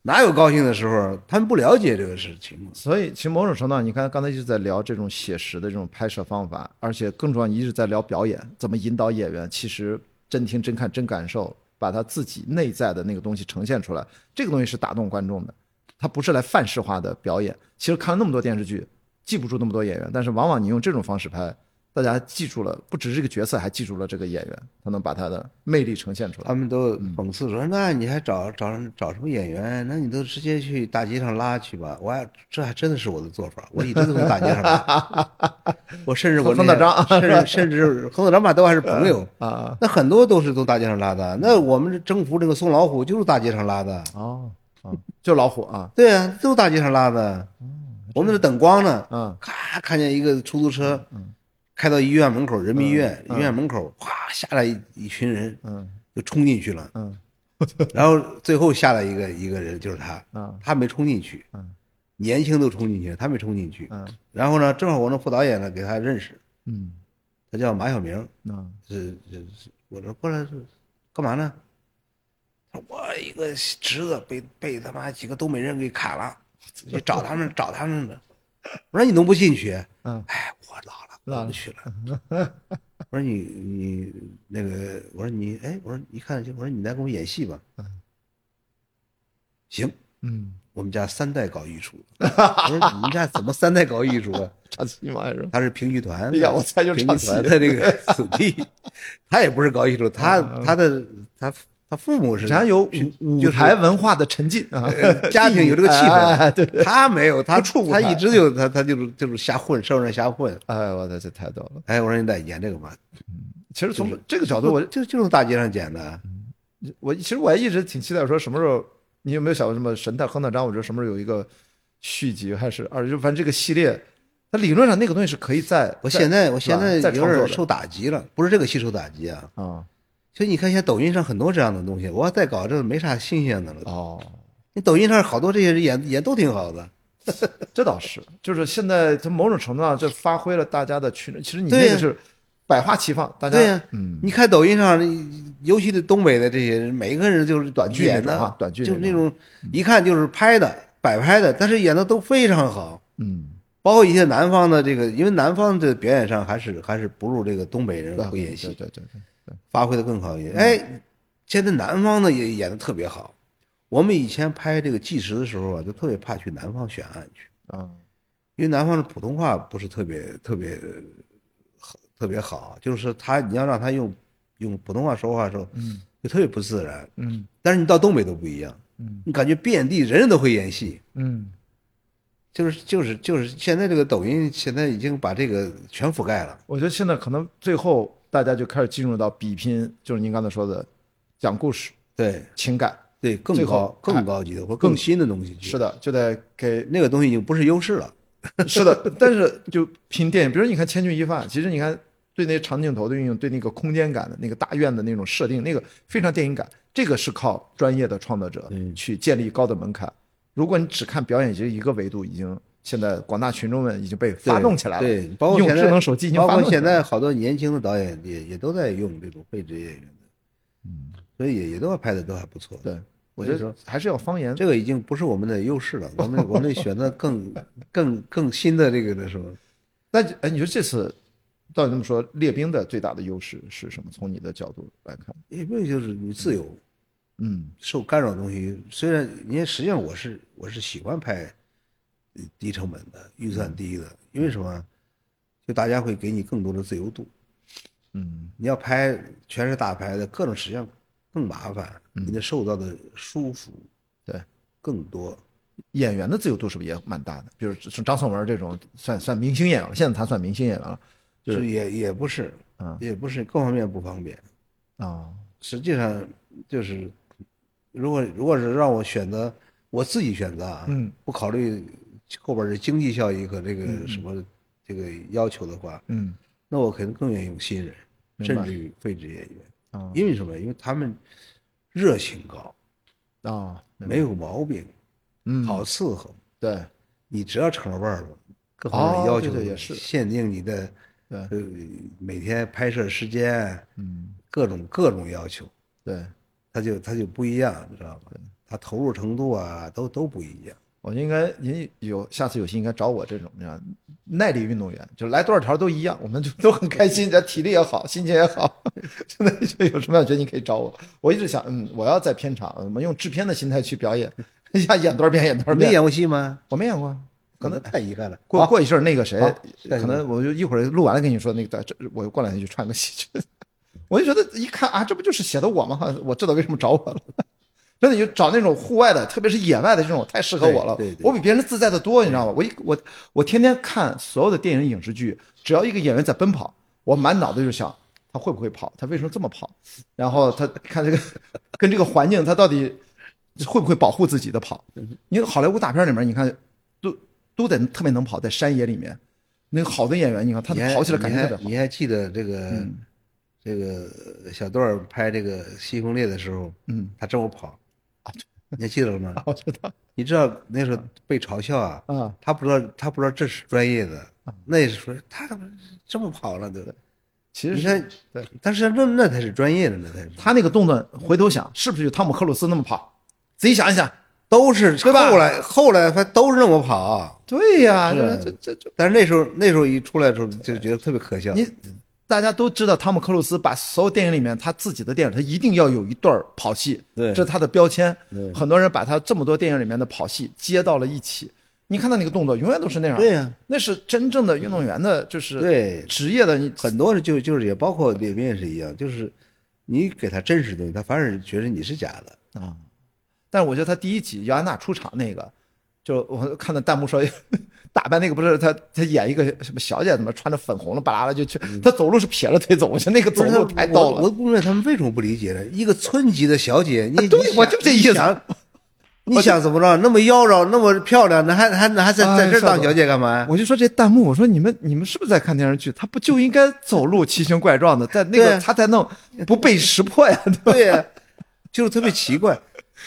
哪有高兴的时候？他们不了解这个事情啊况。所以，其实某种程度上，你看刚才一直在聊这种写实的这种拍摄方法，而且更重要，你一直在聊表演，怎么引导演员，其实真听、真看、真感受，把他自己内在的那个东西呈现出来，这个东西是打动观众的，他不是来范式化的表演。其实看了那么多电视剧，记不住那么多演员，但是往往你用这种方式拍，大家记住了，不只是这个角色，还记住了这个演员，他能把他的魅力呈现出来。他们都讽刺说：“那你还找找找什么演员？那你都直接去大街上拉去吧。”我还这还真的是我的做法，我一直都从大街上拉。我甚至我冯那德章甚至甚至冯德章吧都还是朋友啊。那很多都是从大街上拉的。那我们征服这个宋老虎就是大街上拉的，哦，啊，就老虎啊，对啊，都是大街上拉的。我们这等光呢，嗯咔看见一个出租车，开到医院门口，人民医院医院门口，哗下来一一群人，嗯就冲进去了。嗯然后最后下来一个一个人就是他，啊他没冲进去，嗯年轻都冲进去了，他没冲进去。嗯然后呢，正好我那副导演呢给他认识，嗯他叫马晓明，嗯是是是，我说过来是干嘛呢？他说我一个侄子被被他妈几个东北人给砍了，去找他们找他们的。我说你能不进去？嗯哎，我老了，老我不了去了。 [LAUGHS] 我说你你那个，我说你哎，我说你看，我说你来给我演戏吧。行，嗯。我们家三代 [LAUGHS] 搞艺术。我说你们家怎么三代搞艺术啊？唱戏嘛还是？他是评剧团的，哎呀我猜就是评唱剧戏团的那个 [LAUGHS] 子 [LAUGHS] 弟，他也不是搞艺术，他他的他他父母是，人家嗯有是舞就舞是呃台文化的沉浸啊，家庭有这个 [LAUGHS] 气哎哎哎对氛，他没有，他不触舞他台一直就他他就是就是瞎混，社会上瞎混。哎，我的这太逗了。哎，我说你得演这个吧，其实从这个角度，我嗯就就从大街上捡的，我其实我也一直挺期待说什么时候，你有没有想过什么神探亨特章？我觉得什么时候有一个续集，还是二就反正这个系列，它理论上那个东西是可以在啊我现在我现在在有创作点的受打击了，不是这个戏受打击啊，啊就你看现在抖音上很多这样的东西，我要再搞这没啥新鲜的了。哦，你抖音上好多这些人演演都挺好的，这倒是，就是现在从某种程度上，这发挥了大家的群，其实你对呀那个是百花齐放，大家对呀、嗯你看抖音上，尤其是东北的这些人，每个人就是短剧演那的种啊短剧就是那那种一看就是拍的摆拍的，但是演的都非常好。嗯包括一些南方的这个，因为南方的表演上还是还是不如这个东北人会演对啊戏，对对对发挥的更好一点。哎，现在南方的也演的特别好。我们以前拍这个纪实的时候啊，就特别怕去南方选案去，啊因为南方的普通话不是特别特别呃好特别好，就是他你要让他用用普通话说话的时候，嗯就特别不自然。嗯但是你到东北都不一样，嗯你感觉遍地人人都会演戏，嗯就是就是就是现在这个抖音现在已经把这个全覆盖了。我觉得现在可能最后大家就开始进入到比拼，就是您刚才说的讲故事、对情感，对，更最高后更高级的或者更新的东西去，是的，就得给那个东西已经不是优势了。是的，但是就拼电影，比如你看《千钧一发》，其实你看对那长镜头的运用，对那个空间感的那个大院的那种设定，那个非常电影感，这个是靠嗯专业的创作者去建立高的门槛。如果你只看表演这一个维度，已经现在广大群众们已经被发动起来了。对，包括用现在智能手机已经包发动括起来现了在好多年轻的导演也也都在用这种配置演员的，嗯，所以也也都拍的都还不错。对，我觉所以得说还是要方言。这个已经不是我们的优势了，我们我们得选择更更更新的这个的时候，那哎，你说这次到底这么说，列兵的最大的优势是什么？从你的角度来看，也不就是你自由嗯受干扰的东西。虽然你看，实际上我是我是喜欢拍呃低成本的、预嗯算低的，因为什么？就大家会给你更多的自由度。嗯你要拍全是大牌的，各种实际上更麻烦，你的受到的舒服嗯对更多。演员的自由度是不是也蛮大的？比如像张颂文这种，算算明星演员了，现在他算明星演员了，就是也也不是，嗯也不是各方面不方便。啊、实际上就是，如果如果是让我选择，我自己选择啊，嗯，不考虑后边的经济效益和这个什么这个要求的话，嗯那我可能更愿意用新人，明白甚至于废职演员，啊因为什么？因为他们热情高，啊，没有毛病，嗯好伺候。对你只要扯上味儿了，各方面哦要对求对也是限定你的，对呃，每天拍摄时间，嗯各种各种要求，对，他就他就不一样，你知道吗？他投入程度啊，都都不一样。我应该您有下次有戏应该找我这种样耐力运动员，就来多少条都一样，我们就 [LAUGHS] 都很开心，这体力也好，心情也好。 [LAUGHS] 真的就有什么样决定可以找我。我一直想，嗯，我要在片场，我们用制片的心态去表演， [LAUGHS] 一下演多少遍演多少你没遍。演过戏吗？我没演过，啊可能太遗憾了。过好过一阵儿那个谁好，下一可个能我就一会儿录完了跟你说那个，这我过两天去串个戏去。 [LAUGHS] 我就觉得一看啊，这不就是写的我吗？ [LAUGHS] 我知道为什么找我了。 [LAUGHS] 真的，就找那种户外的，特别是野外的这种，太适合我了。对对对我比别人自在的多，你知道吗？我一我我天天看所有的电影影视剧，只要一个演员在奔跑，我满脑子就想他会不会跑，他为什么这么跑，然后他看这个 [LAUGHS] 跟这个环境，他到底会不会保护自己的跑？你好莱坞大片里面，你看都都得特别能跑，在山野里面，那个好的演员，你看他你还跑起来感觉特别好嗯你还。你还记得这个、这个小段儿拍这个《西风烈》的时候，嗯，他正我跑，你还记得 [LAUGHS] 了吗？啊我知道你知道那时候被嘲笑啊，啊，他不知道，他不知道这是专业的，嗯那是说他怎么这么跑了都？其实你是看，但是那那才是专业的，那才是他那个动作，回头想是不是就汤姆克鲁斯那么跑？仔细想一想，都是对吧后来后来他都是那么跑，对呀、是这这这但是那时候那时候一出来的时候就觉得特别可笑。你大家都知道，汤姆·克鲁斯把所有电影里面他自己的电影，他一定要有一段儿跑戏，对这是他的标签对。很多人把他这么多电影里面的跑戏接到了一起。你看他那个动作，永远都是那样。对呀那是真正的运动员的，就是对职业的。你很多人就就是也包括列宾也是一样，就是你给他真实的东西，他反而觉得你是假的。啊，但是我觉得他第一集姚安娜出场那个，就我看到弹幕说 [LAUGHS] 打扮那个不是他他演一个什么小姐，怎么穿着粉红了巴拉的就去，他走路是撇着腿走，我觉得那个走不是路他太逗我我了。不明白他们为什么不理解呢？一个村级的小姐，你、啊对你想我就这意思你想你想怎么着？那么妖娆，那么漂亮，那还还那还在哎在这儿帅当哥小姐干嘛？我就说这弹幕，我说你们你们是不是在看电视剧？他不就应该走路奇形怪状的，在那对个啊他才能不被识破呀？ [LAUGHS] 对吧对呀，就是特别奇怪，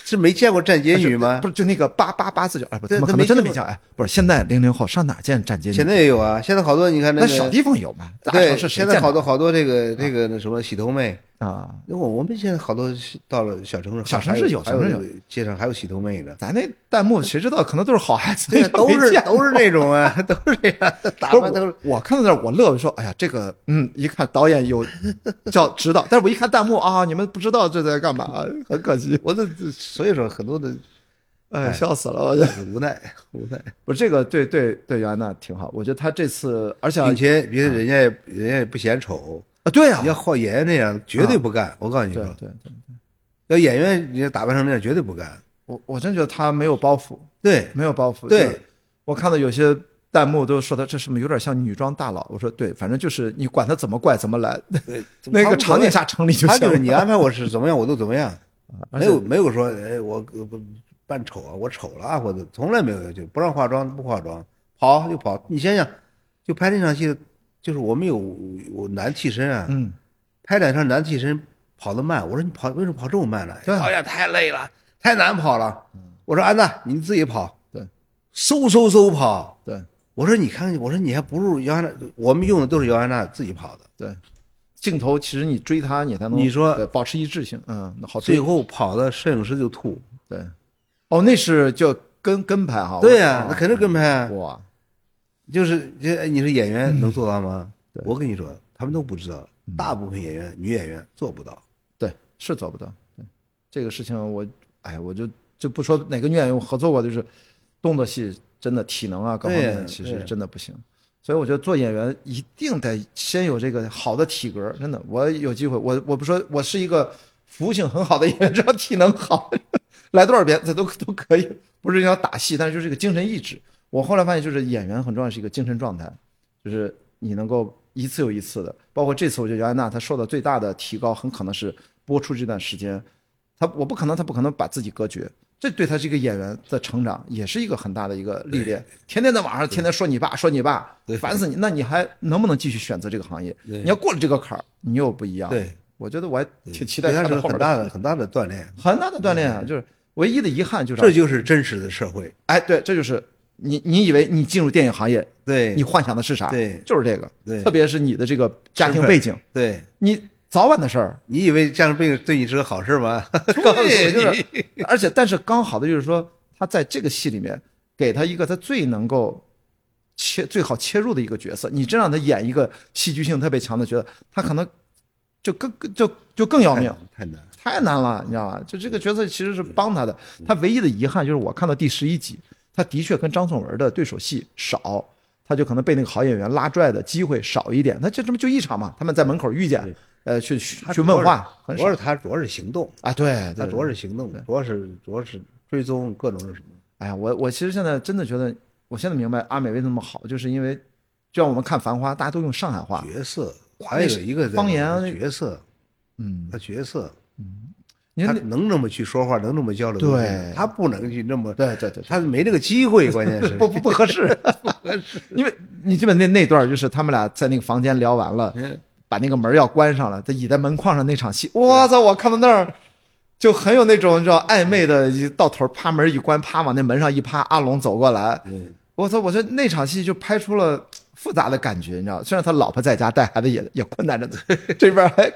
是没见过站街女吗不？哎是就那个八八八四角，哎，不，他对们他可没能真的见没过见过哎，不是现在零零后上哪见站街女？现在也有啊，现在好多你看那那个小地方有嘛？大对城，市谁现在见啊好着多好多这个这个那什么洗头妹，啊，我我们现在好多是到了小城市，小城还市有还小城市有街上还有洗头妹呢。咱那弹幕谁知道？可能都是好孩子，对呀，都没是见过都是那种啊， [LAUGHS] 都是这样，打不扮是都是我我看到那儿我乐，我说哎呀，这个嗯，一看导演 [LAUGHS] 有叫指导，但是我一看弹幕啊，你们不知道这在干嘛，很可惜，我这这所以说很多的哎，笑死了，我觉得无奈无奈，不，这个对对对袁安娜挺好，我觉得她这次，而且并且别人人家也人家也不嫌丑，啊，对呀、你要换演员那样绝对不干，我告诉你啊对说，对对，要演员人家打扮成那样绝对不干，我我真觉得她没有包袱，对没有包袱。对就是嗯我看到有些弹幕都说她这是不是有点像女装大佬？我说对，反正就是你管她怎么怪怎么来，对，那他个无所场景谓下成立就他行就是了。你安排我是怎么样，我都怎么样， [LAUGHS] 而没有没有说哎我我不扮丑啊，我丑了啊，或者从来没有要求，不让化妆不化妆，跑就跑。你想想，就拍那场戏，就是我们有我男替身啊，嗯，拍两场男替身跑得慢，我说你跑为什么跑这么慢呢？哎对导演太累了，太难跑了。我说安娜你自己跑，对，嗖嗖嗖跑。对我说你看，我说你还不如姚安娜，我们用的都是姚安娜自己跑的，对，镜头其实你追他，你才能你说对保持一致性，嗯，那好追最后跑的摄影师就吐。对，哦，那是叫跟跟拍哈，对呀、哦那肯定跟拍啊。哇，就是这，你说演员能做到吗？嗯我跟你说，他们都不知道，大部分演员女演员做不到。对，是做不到，对这个事情我，哎，我就就不说哪个女演员我合作过，就是动作戏真的体能啊各方对面其实对真的不行。所以我觉得做演员一定得先有这个好的体格，真的。我有机会，我我不说我是一个服务性很好的演员，只要体能好， [LAUGHS] 来多少遍这都都可以。不是一定要打戏，但是就是一个精神意志。我后来发现，就是演员很重要是一个精神状态，就是你能够一次又一次的，包括这次我觉得姚安娜她受到最大的提高，很可能是播出这段时间，她我不可能她不可能把自己隔绝，这对她这个演员的成长也是一个很大的一个历练。天天在网上天天说你爸说你爸，烦死你，那你还能不能继续选择这个行业？对你要过了这个坎儿，你又不一样。对，我觉得我还挺期待对看他是到后很边大的很大的锻炼，很大的锻炼啊，就是唯一的遗憾就是这就是真实的社会。哎，对，这就是你，你以为你进入电影行业，对你幻想的是啥？对就是这个。对特别是你的这个家身庭份背景，对，你早晚的事儿。你以为这样对对你是个好事吗？ [LAUGHS] 告诉对，就是你，，而且但是刚好的就是说，他在这个戏里面给他一个他最能够切最好切入的一个角色。你真让他演一个戏剧性特别强的角色，他可能就更就就更要命。哎太难。太难了，你知道吧？就这个角色其实是帮他的，他唯一的遗憾就是我看到第十一集，他的确跟张颂文的对手戏少，他就可能被那个好演员拉拽的机会少一点。那就这么就一场嘛，他们在门口遇见，呃，去去他去主要问话，是很主少要是他主要是行动，啊，对，他对主要是行动，主要是主要是追踪各种什么。哎呀，我我其实现在真的觉得，我现在明白阿美为什么好，就是因为就像我们看《繁花》，大家都用上海话，角色，哇还有一个方言啊在哪儿角色，嗯，他角色，你他看那能那么去说话，能那么交流，对他不能去那么，对对对，他没这个机会，关键是 [LAUGHS] 不不不合适， [LAUGHS] 不合适，因为你基本那那段就是他们俩在那个房间聊完了。嗯把那个门要关上了，他倚在门框上那场戏，我操！我看到那儿就很有那种你知道暧昧的，一到头啪门一关，啪往那门上一趴，阿龙走过来，嗯我操！我说那场戏就拍出了复杂的感觉，你知道，虽然他老婆在家带孩子也也困难着呢，这边还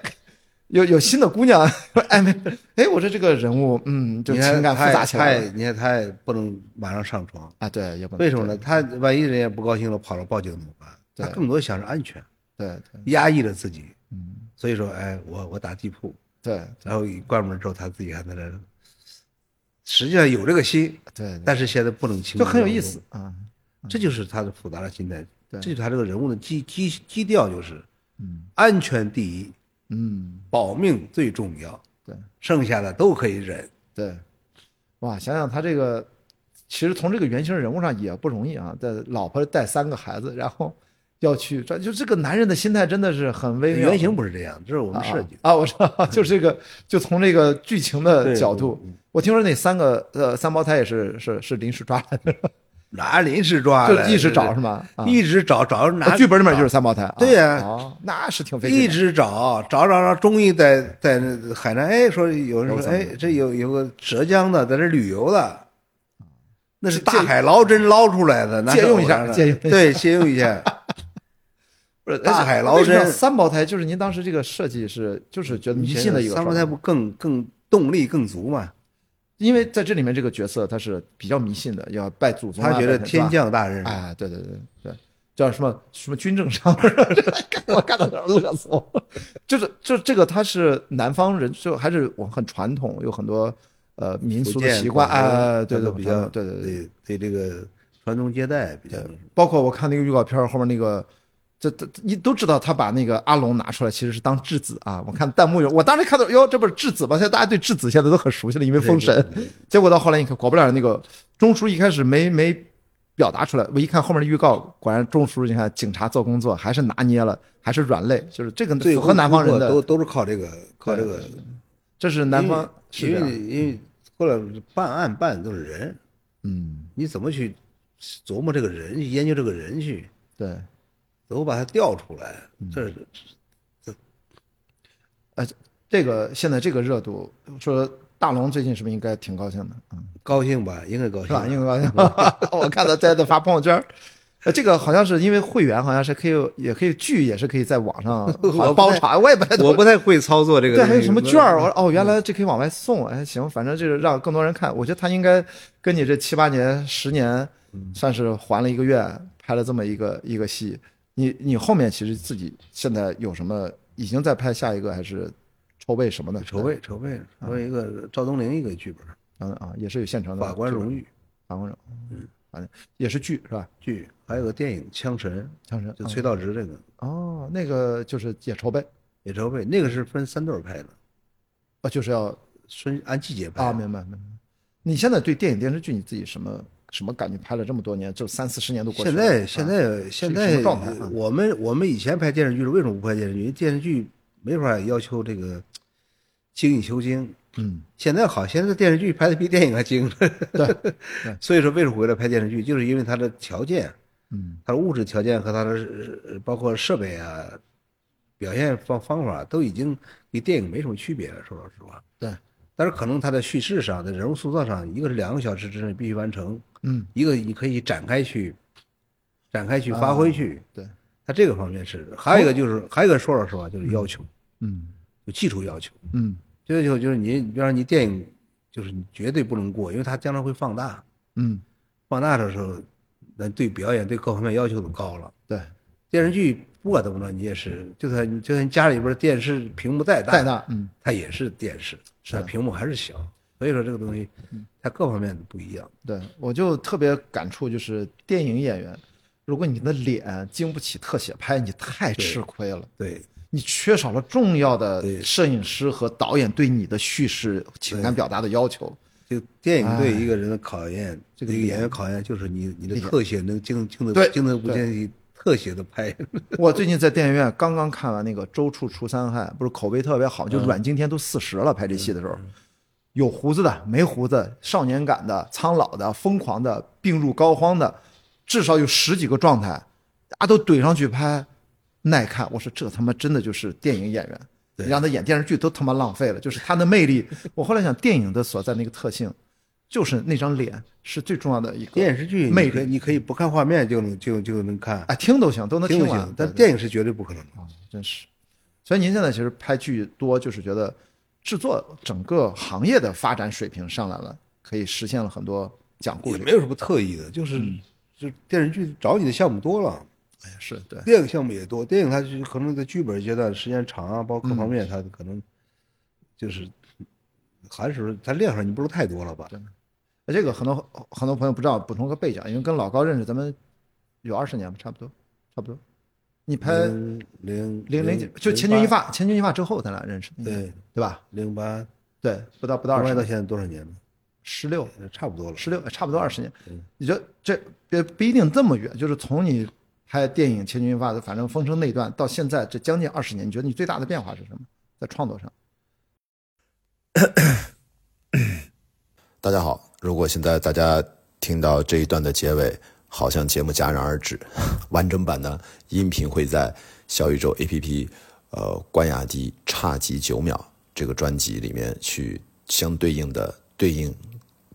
有有新的姑娘暧昧，哎，我说这个人物，嗯，就你看情感复杂起他来也了他也你看他也不能马上上床，啊，对，也不能为什么呢？？他万一人家不高兴了，跑了报警怎么办？对他更多想着安全，对对压抑了自己，所以说，哎，我我打地铺，对然后一关门之后，他自己还在那儿，实际上有这个心，对对，但是现在不能轻，就很有意思，啊，这就是他的复杂的心态，对这就是他这个人物的基基基调，就是嗯安全第一，嗯，保命最重要，对。剩下的都可以忍。对，哇，想想他这个，其实从这个原型人物上也不容易啊。带老婆带三个孩子，然后要去这，就这个男人的心态真的是很微妙。原型不是这样，这是我啊们设计的。啊，我知道，就是这个，就从这个剧情的对角度，我听说那三个呃三胞胎也是是是临时抓来的，哪临时抓就来？一直这找是吗？啊，一直找找着哪剧本里面就是三胞胎。对呀啊，那是挺费劲的。一直找找找找，终于在在那海南哎，说有人有说咱们哎，这有有个浙江的在这旅游的，那嗯是借大海捞针捞出来的，那是借用一下偶然的借用一下对借用 [LAUGHS] 一下，不是大海捞为什么针要三胞胎就是您当时这个设计是就是觉得迷信的一个三胞状态胎不更更动力更足嘛？因为在这里面这个角色他是比较迷信的，要拜祖宗啊、他觉得拜神天啊降大任，哎，对对对对，叫什么什么军政商，我看到这儿乐死我了。就是就这个他是南方人，就还是我很传统，有很多呃民福俗的建习惯广州啊，对对他都比较对对对。对对这个传宗接代比较包括我看那个预告片儿后面那个，这这你都知道他把那个阿龙拿出来，其实是当质子啊。我看弹幕有，我当时看到哟，这不是质子吗？现在大家对质子现在都很熟悉了，因为封神。 [LAUGHS] 结果到后来你看，果不了那个钟叔一开始没没表达出来，我一看后面的预告，果然钟叔你看警察做工作还是拿捏了，还是软肋，就是这个最符合南方人都的，都是靠这个靠这个这是南方是因这为因样，为因为后来办案办的都是人，嗯，你怎么去琢磨这个人，去研究这个人去，对。怎么把他调出来？嗯这是呃，这个现在这个热度，说大龙最近是不是应该挺高兴的？嗯，高兴吧，应该高兴是吧？应该高兴。 [LAUGHS] 我看他在这发朋友圈儿，呃，这个好像是因为会员，好像是可以，也可以剧，也是可以在网 [LAUGHS] 上好像包场。我也不太懂我不太会操作这个对，东西。还有什么券儿？我说哦，原来这可以往外送。哎，行，反正就是让更多人看。我觉得他应该跟你这七八年、十年，嗯算是还了一个愿，拍了这么一个一个戏。你你后面其实自己现在有什么已经在拍下一个，还是筹备什么的？筹备筹备筹备一个赵东陵一个剧本，嗯啊，也是有现成的法官荣誉，誉法官荣，嗯，反正也是剧是吧？啊剧，还有个电影《枪神当时》，就崔道直这个哦，那个就是也筹备也筹备，那个是分三段拍的，哦，就是要孙按季节拍啊，的。明白明白。你现在对电影电视剧你自己什么什么感觉？拍了这么多年，就三四十年都过去现了。在啊现在现是在什么状态啊，我们我们以前拍电视剧是为什么不拍电视剧？因为电视剧没法要求这个精益求精。嗯，现在好，现在电视剧拍的比电影还精。 [LAUGHS] 对，所以说为什么回来拍电视剧，就是因为它的条件，嗯它的物质条件和它的呃包括设备啊、表现方方法都已经比电影没什么区别了。说老实话，对，但是可能它的叙事上、的人物塑造上，一个是两个小时之内必须完成，嗯一个你可以展开去展开去啊发挥去。对，它这个方面是，还有一个就是，还有一个说老实话就是要求，嗯就技术要求。嗯这就就是你，比方说你电影，就是你绝对不能过，因为它将来会放大，嗯，放大的时候，那对表演对各方面要求都高了。对，电视剧不管怎么着，你也是，就算就算你家里边电视屏幕再大，带大嗯它也是电视，是它屏幕还是嗯小。所以说这个东西，它各方面不一样。对，我就特别感触，就是电影演员，如果你的脸经不起特写拍，你太吃亏了。对，你缺少了重要的对摄影师和导演对你的叙事、情感表达的要求。就电影对一个人的考验，哎这个一个演员考验就是你你的特写能经经对得经得不经你特写的拍， [LAUGHS] [LAUGHS] 我最近在电影院刚刚看完那个《周处除三害》，不是口碑特别好，嗯就阮经天都四十了，拍这戏的时候，有胡子的、没胡子、少年感的、苍老的、疯狂的、病入膏肓的，至少有十几个状态，大家都怼上去拍，耐看。我说这他妈真的就是电影演员，你让他演电视剧都他妈浪费了，就是他的魅力。我后来想，电影的所在那个特性，就是那张脸是最重要的一个电视剧魅你可力，你可以不看画面就能就就能看，哎，听都行，都能听不完。行，对但电影是绝对不可能的。啊，真是。所以您现在其实拍剧多，就是觉得制作整个行业的发展水平上来了，可以实现了很多讲故也事。没有什么特意的，就是、就电视剧找你的项目多了，哎，是对，电影项目也多，电影它就是可能在剧本阶段时间长啊，包括各方面它可能就是还是它量上你不是太多了吧？这个很多很多朋友不知道，补充个背景，因为跟老高认识咱们有二十年吧，差不多，差不多。你拍零零呃零零几，就《千钧一发》，《千钧一发》之后咱俩认识的，对对吧？零八，对，不到不到到二十到年，现在多少年了？呃十六差不多了。十六，哎差不多二十年。你就这别不一定这么远，就是从你拍电影《千钧一发》的，反正《风声》那段到现在这将近二十年，你觉得你最大的变化是什么？在创作上？大家好，如果现在大家听到这一段的结尾，好像节目戛然而止， [LAUGHS] 完整版呢音频会在小宇宙 APP，呃，关雅迪差几九秒这个专辑里面去相对应的对应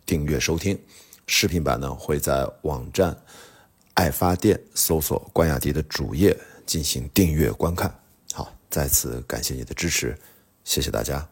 订阅收听，视频版呢会在网站爱发电搜索关雅迪的主页进行订阅观看。好，再次感谢你的支持，谢谢大家。